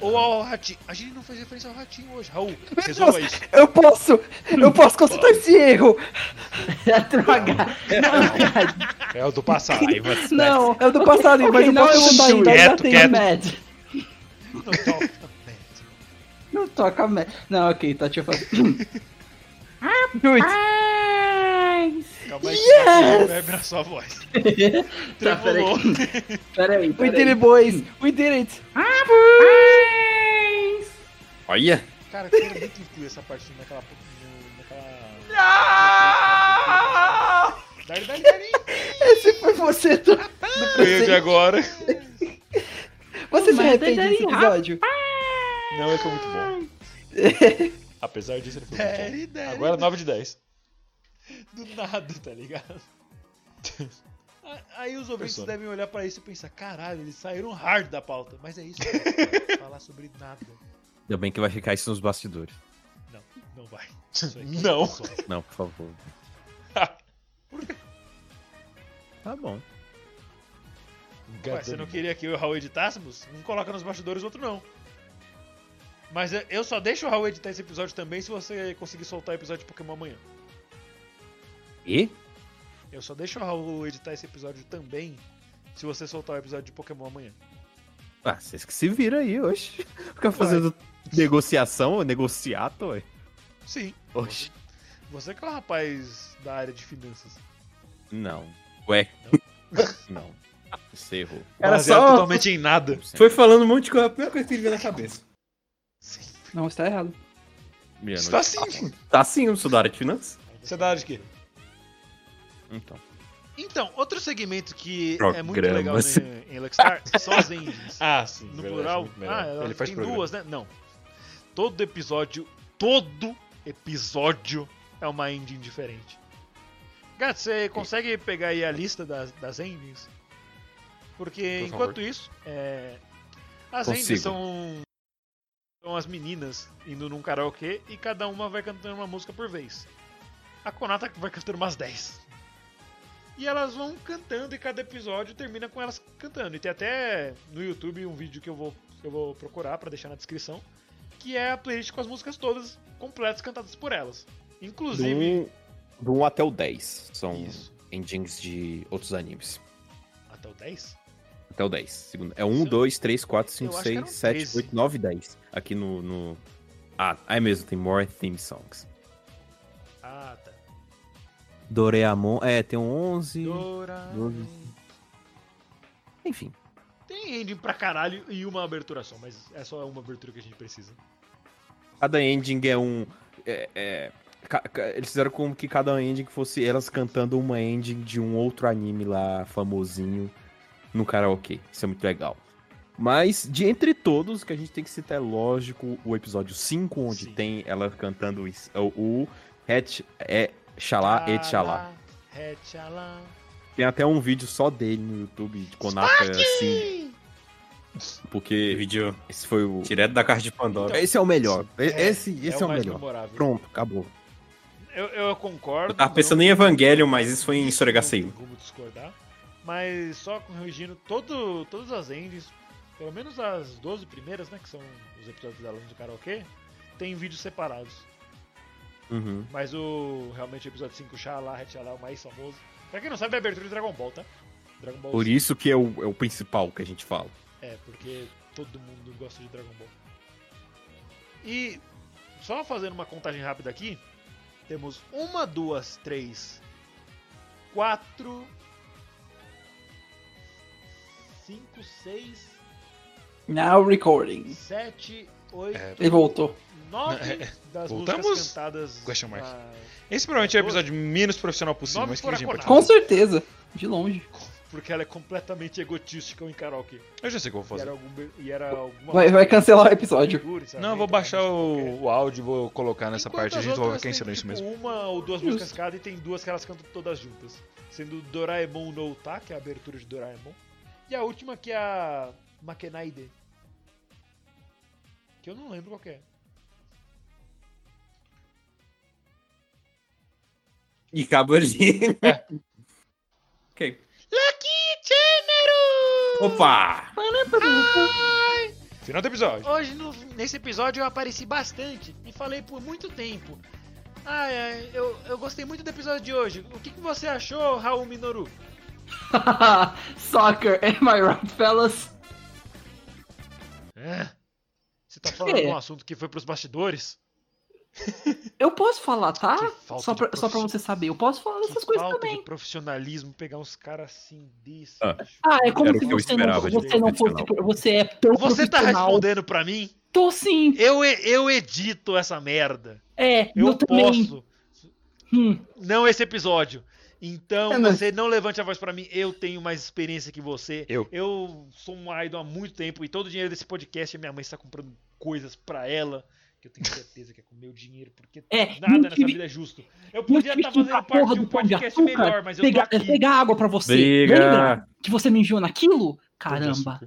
ou ao Ratinho. A gente não fez referência ao Ratinho hoje, Raul. Resolva isso. Eu posso! Eu posso consertar esse erro! Droga. É o do passado. Não, É o do passado, mas eu não, posso consertar ainda. um Quieto, quieto. Mad. Não toca. Não toca Mad. Não, ok, tá, deixa eu [coughs] fazer. Ah, Chute. Calma aí. tá Yes! Quebra a sua [laughs] voz. Tá, peraí. Peraí, We peraí. did it, boys! We did it! Olha. Cara, eu quero muito incluir essa parte naquela. no- naquela... Dali, dali, dali. Esse foi você do, tá? do presente. agora. Você se Mas é arrepende daí, desse episódio? Não, ele foi muito bom. [laughs] Apesar disso, ele foi muito Dali, bom. dali. Agora 9 de 10. do nada, tá ligado? A- Aí os ouvintes Persona. devem olhar pra isso e pensar, caralho, eles saíram hard da pauta. Mas é isso, cara. [laughs] falar sobre nada Ainda bem que vai ficar isso nos bastidores. não vai. Isso aqui é Não. só- Não, por [laughs] favor. tá bom. Ué, você não queria que eu e o Raul editássemos? Um coloca nos bastidores, outro não. Mas é, eu- eu só deixo o Raul editar esse episódio também se você conseguir soltar o episódio de Pokémon amanhã. E? Eu só deixo o Raul editar esse episódio também se você soltar o episódio de Pokémon amanhã. Ah, vocês que se viram aí [laughs] hoje. Ficar fazendo negociação, negociato, ué. Sim. Oxi. Você que é o rapaz da área de finanças. Não, Ué. não. Você errou. Era Baseado só- totalmente em nada. Foi falando um monte de coisa, a primeira coisa que ele veio na cabeça. Não, está errado. Mira, Está sim. Tá sim, eu sou da área de finanças. Você é da área de quê? não- Então. Então, outro segmento que é muito legal Programas. né, em Lexar são as engines. Ah, sim. No verdade, plural, muito ah, melhor. ela ele faz tem programa. duas, né? Não. Todo episódio, todo episódio é uma engine diferente. Gato, você consegue pegar aí a lista das, das endings? Porque Por favor. enquanto isso, é, as endings Consigo. são, são as meninas indo num karaokê e cada uma vai cantando uma música por vez. A Konata vai cantando umas 10. E elas vão cantando e cada episódio termina com elas cantando. E tem até no YouTube um vídeo que eu vou, eu vou procurar pra deixar na descrição, que é a playlist com as músicas todas completas cantadas por elas. Do Inclusive, 1, do um até o 10 são Isso. endings de outros animes. até o 10? Até o 10. Segundo. É 1, 2, 3, 4, 5, Eu acho que um 6, eram 7, 13. 8, 9 e 10. Aqui no, no. Ah, aí mesmo, tem More Theme Songs. Ah, tá. Doreamon, é, tem um 11. Dora. doze. Enfim. Tem ending pra caralho e uma abertura só, mas é só uma abertura que a gente precisa. Cada ending é um. é- é- ca- ca- eles fizeram como que cada ending fosse elas cantando uma ending de um outro anime lá, famosinho, no karaokê. Isso é muito legal. Mas, de entre todos, o que a gente tem que citar é lógico o episódio 5, onde Sim. tem ela cantando is- o, o Het é Xalá et Xalá. Etchalá. Tem até um vídeo só dele no YouTube de Konaka assim. Porque Vídeo esse foi o. direto da caixa de Pandora. Esse é o melhor. E- É, esse esse é, o mais melhor. memorável. Pronto, acabou. Eu, eu concordo. Eu tava pensando em Evangelho, mas isso foi em Soregaceio. Não tem como discordar. Mas só corrigindo, todo, todas as endings, pelo menos as 12 primeiras, né, que são os episódios da Luz do Karaokê, tem vídeos separados. Uhum. Mas o realmente o episódio 5, Xalá, Hatchalá, é o mais famoso. Pra quem não sabe, é a abertura de Dragon Ball, tá? Dragon Ball Por Z. isso que é o, é o principal que a gente fala. É, porque todo mundo gosta de Dragon Ball. E só fazendo uma contagem rápida aqui, temos uma, duas, três, quatro, cinco, seis, Now recording. sete, oito, Hum. É, Ele voltou. [laughs] nove das músicas Voltamos? cantadas. Question mark. na- Esse provavelmente é o episódio menos profissional possível, Nove mas que ninguém furaconadas. pode Com certeza. De longe. Porque ela é completamente egotística em karaokê. Eu já sei o que eu vou E era, fazer. algum, e era alguma. Vai, vai cancelar o episódio. Não, Então, eu vou baixar o, o áudio e vou colocar nessa parte. A gente vai ficar em silêncio mesmo. tipo, Uma ou duas músicas cada e tem duas que elas cantam todas juntas. Sendo Doraemon no Uta, que é a abertura de Doraemon. E a última que é a Makenaide. que eu não lembro qual que é. E acabou ali. ok. Lucky Channel! Opa! Final do episódio. Hoje, no- nesse episódio, eu apareci bastante e falei por muito tempo. Ai, ai, eu, eu gostei muito do episódio de hoje. O que, que você achou, Raul Minoru? [laughs] Soccer, am I right, fellas? É? Você tá falando É. de um assunto que foi pros bastidores? Eu posso falar, tá? Que falta Só de pra, só pra profiss- você saber. Eu posso falar dessas Que coisas falta também. de profissionalismo pegar uns caras assim desse. Ah. bicho. Ah, é como Era o se que eu você não, esperava de você não fosse. profissional. Você é tão Você tá profissional. respondendo pra mim? Tô sim. Eu, e- eu edito essa merda. É, eu, Eu também. posso. Hum. Não esse episódio. Então, É, mas- você não levante a voz pra mim. Eu tenho mais experiência que você. Eu. sou um idol há muito tempo e todo o dinheiro desse podcast minha mãe está comprando coisas pra ela. Que eu tenho certeza que é com meu dinheiro, porque É, nada não nessa tive- vida é justo. Eu Eu podia tive estar que ir fazendo pra parte porra de um do pão de podcast açúcar, melhor, mas eu tô pegar, aqui. pegar água pra você. Briga. Lembra que você me enviou naquilo? Caramba.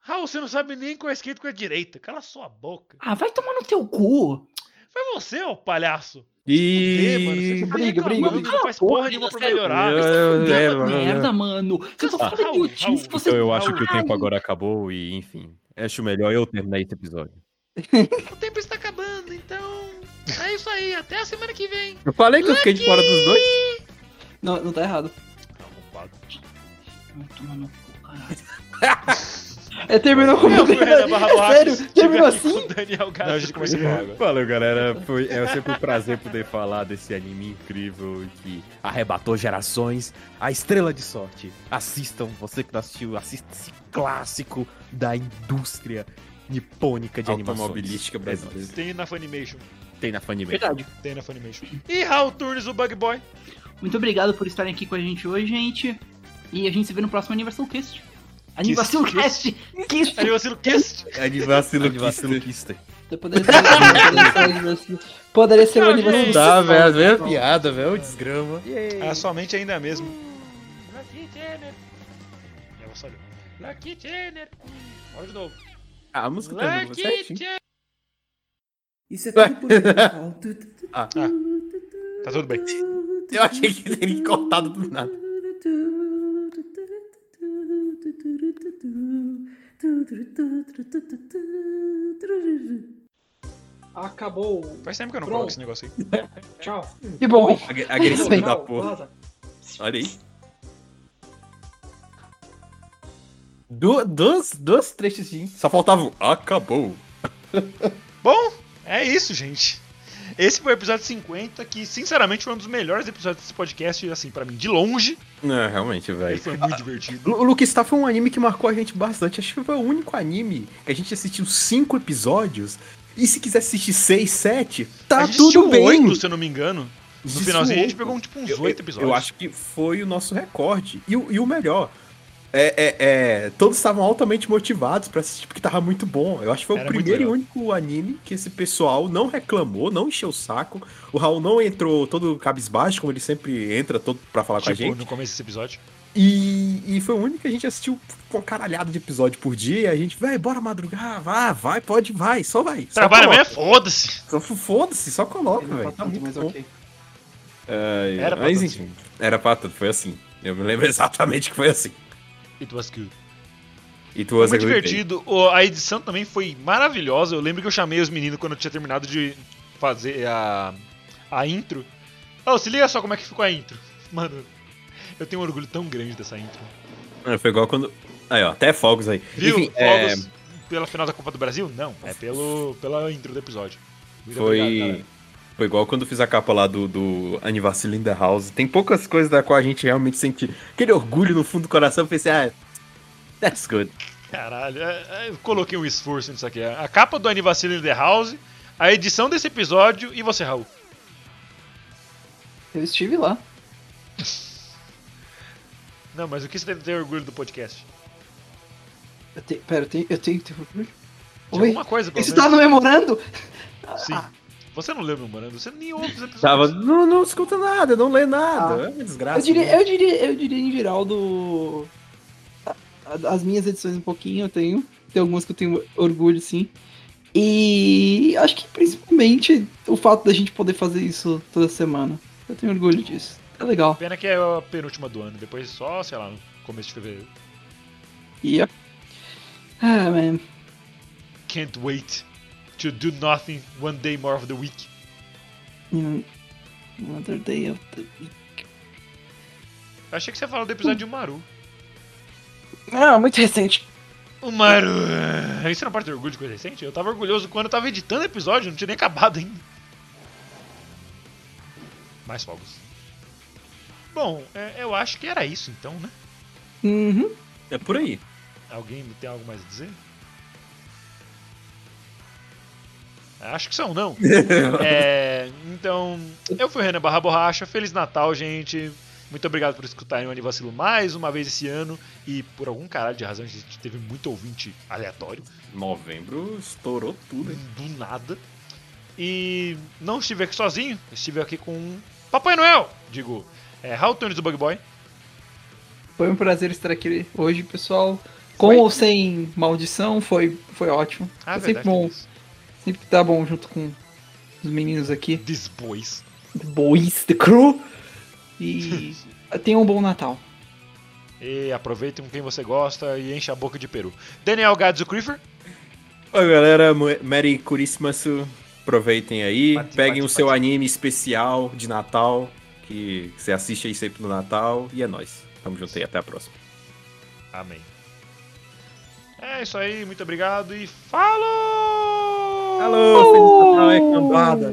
Raul, você não sabe nem qual é a esquerda e qual é a direita. Cala sua boca. Ah, vai tomar no teu cu. Foi você, ô palhaço. Vê, mano, você E. fica briga, reclamando, briga. Não faz porra Ah, nenhuma pra sério. melhorar. É, Puta merda, mano. Você só Ah, fala de Raul, idiotice que Raul. você Então eu Vocês- acho que o Ai. tempo agora acabou e, enfim. Acho melhor eu terminar esse episódio. O tempo está acabando, então. É isso aí, até a semana que vem. Eu falei que eu fiquei de fora dos dois. Não, não tá errado. Vai tomar no cu, caralho. É, terminou como. Eu fui o Renan Barra Borracha, Sério? estive Terminou aqui assim? com o Daniel Não, a gente começou com água. Valeu, galera. Foi, é sempre um prazer poder falar desse anime incrível que arrebatou gerações. A Estrela de Sorte. Assistam, você que não assistiu, assista esse clássico da indústria nipônica de Automobilística animações. brasileira. É nóis. Tem na Funimation. Tem na Funimation. Verdade. Tem na Funimation. E Raul Turnes, o Bug Boy. Muito obrigado por estarem aqui com a gente hoje, gente. E a gente se vê no próximo Universal Cast. Universal Cast! Kiss! [laughs] Aí você Cast. É Anivacilo Vaciluquista. né? Então, Poderia ser- poderia ser Universal- um Poderia ser um o aniversário. Não dá, Tá, velho. As mesmas piadas, velho. Desgrama. A sua mente ainda é a mesma. Lucky Jenner. Eu vou só olhar. Lucky Jenner. Olha de novo. Ah, a música tá Lucky certinho. Jenner. Isso é tudo por [laughs] Ah, Tá tudo bem. Eu achei que ele cortado do nada. Acabou. Faz tempo que eu não Pronto. coloco esse negócio aí. Tchau. Que bom. Tá Ag- Agressivo da Tchau, porra. vaza. Olha aí. Du duas, duas trechos de. Só faltava um. Acabou. Bom, é isso, gente. Esse foi o episódio 50, que sinceramente foi um dos melhores episódios desse podcast, assim, pra mim, de longe. Não, realmente, velho. Ele foi muito divertido. O Luke Star foi um anime que marcou a gente bastante. Acho que foi o único anime que a gente assistiu cinco episódios. E se quiser assistir seis, sete, a tá gente tudo assistiu bem. oito, se eu não me engano. No Assistiu finalzinho a gente oito. pegou tipo, uns Eu- oito eu- episódios. Eu acho que foi o nosso recorde. E, o- e o melhor. É, é- é, todos estavam altamente motivados pra assistir, porque tava muito bom. Eu acho que foi Era o muito primeiro e legal. único anime que esse pessoal não reclamou, não encheu o saco. O Raul não entrou todo cabisbaixo, como ele sempre entra todo pra falar com a tipo, gente. no começo desse episódio. E, e foi o único que a gente assistiu com uma caralhada de episódio por dia. E a gente, vai, bora madrugar, vai, vai, pode, vai, só vai. Só Trabalha coloca. mesmo? Foda-se! Só f- Foda-se, só coloca, Não velho. faz Tá tanto, muito mas bom. ok. Era pra É, mas tudo. enfim, era pra tudo, foi assim. Eu me lembro [laughs] exatamente que foi assim. It was good. E tu Foi was muito a good day. divertido. O- a edição também foi maravilhosa. Eu lembro que eu chamei os meninos quando eu tinha terminado de fazer a, a intro. Ô, se liga só como é que ficou a intro. [laughs] Mano, eu tenho um orgulho tão grande dessa intro. É, Foi igual quando. Aí, ó, até fogos aí. Viu? Enfim, é, Fogos pela final da Copa do Brasil? Não, é pelo, pela intro do episódio. Muito obrigado, foi. galera. Foi igual quando eu fiz a capa lá do, do Anivacil in the House. Tem poucas coisas da qual a gente realmente sente aquele orgulho no fundo do coração. Eu pensei, ah, that's good. Caralho, é- é, eu coloquei um esforço nisso aqui. A capa do Anivacilo in the House, a edição desse episódio e você, Raul. Eu estive lá. Não, mas o que você deve ter orgulho do podcast? Eu tenho- Pera, eu tenho. Eu tenho. que ter orgulho? De Oi? alguma coisa, né? pelo Isso menos. tá no memorando? Sim. Você não leu meu morando, você nem ouve os episódios. Tava, não, não escuta nada, não lê nada. Ah. é uma Ah, desgraça. Eu diria, eu diria, eu diria em geral do. a- a- As minhas edições um pouquinho, eu tenho. Tem algumas que eu tenho orgulho, sim. E acho que principalmente o fato da gente poder fazer isso toda semana. Eu tenho orgulho disso. É legal. Pena que é a penúltima do ano, depois só, sei lá, no começo de fevereiro. Yep. Ah, man. Can't wait to do nothing one day more of the week. Mm. Another day of the week. Eu achei que você falou do episódio do Maru. Ah, muito recente. O Maru. Isso não pode ter orgulho de coisa recente? Eu tava orgulhoso quando eu tava editando o episódio, não tinha nem acabado ainda. Mais fogos. Bom, é, eu acho que era isso então, né? Uhum. É por aí. Alguém tem algo mais a dizer? Acho que são, não. é, então, eu fui o Renan Barra Borracha. Feliz Natal, gente. Muito obrigado por escutarem o Anivacilo mais uma vez esse ano. E por algum caralho de razão, a gente teve muito ouvinte aleatório. "Ah, Novembro estourou tudo, hein? Do nada. E não estive aqui sozinho, estive aqui com Papai Noel, digo, é, Raul Tunes do Bug Boy. Foi um prazer estar aqui hoje, pessoal. Com ou sem maldição, foi, foi ótimo. Ah, é verdade, sempre bom. tem isso. Sempre tá bom junto com os meninos aqui. These boys. The boys, the crew. [laughs] E tenham um bom Natal. E aproveitem com quem você gosta e enche a boca de peru. Daniel Gadzo Creeper. Oi, galera. Mu- Merry Christmas. Aproveitem aí. Bate, peguem bate, o seu anime especial de Natal, que você assiste aí sempre no Natal. E é nóis. Tamo junto aí. Até a próxima. Amém. É isso aí, muito obrigado e falou! Alô, Feliz Natal, é cambada.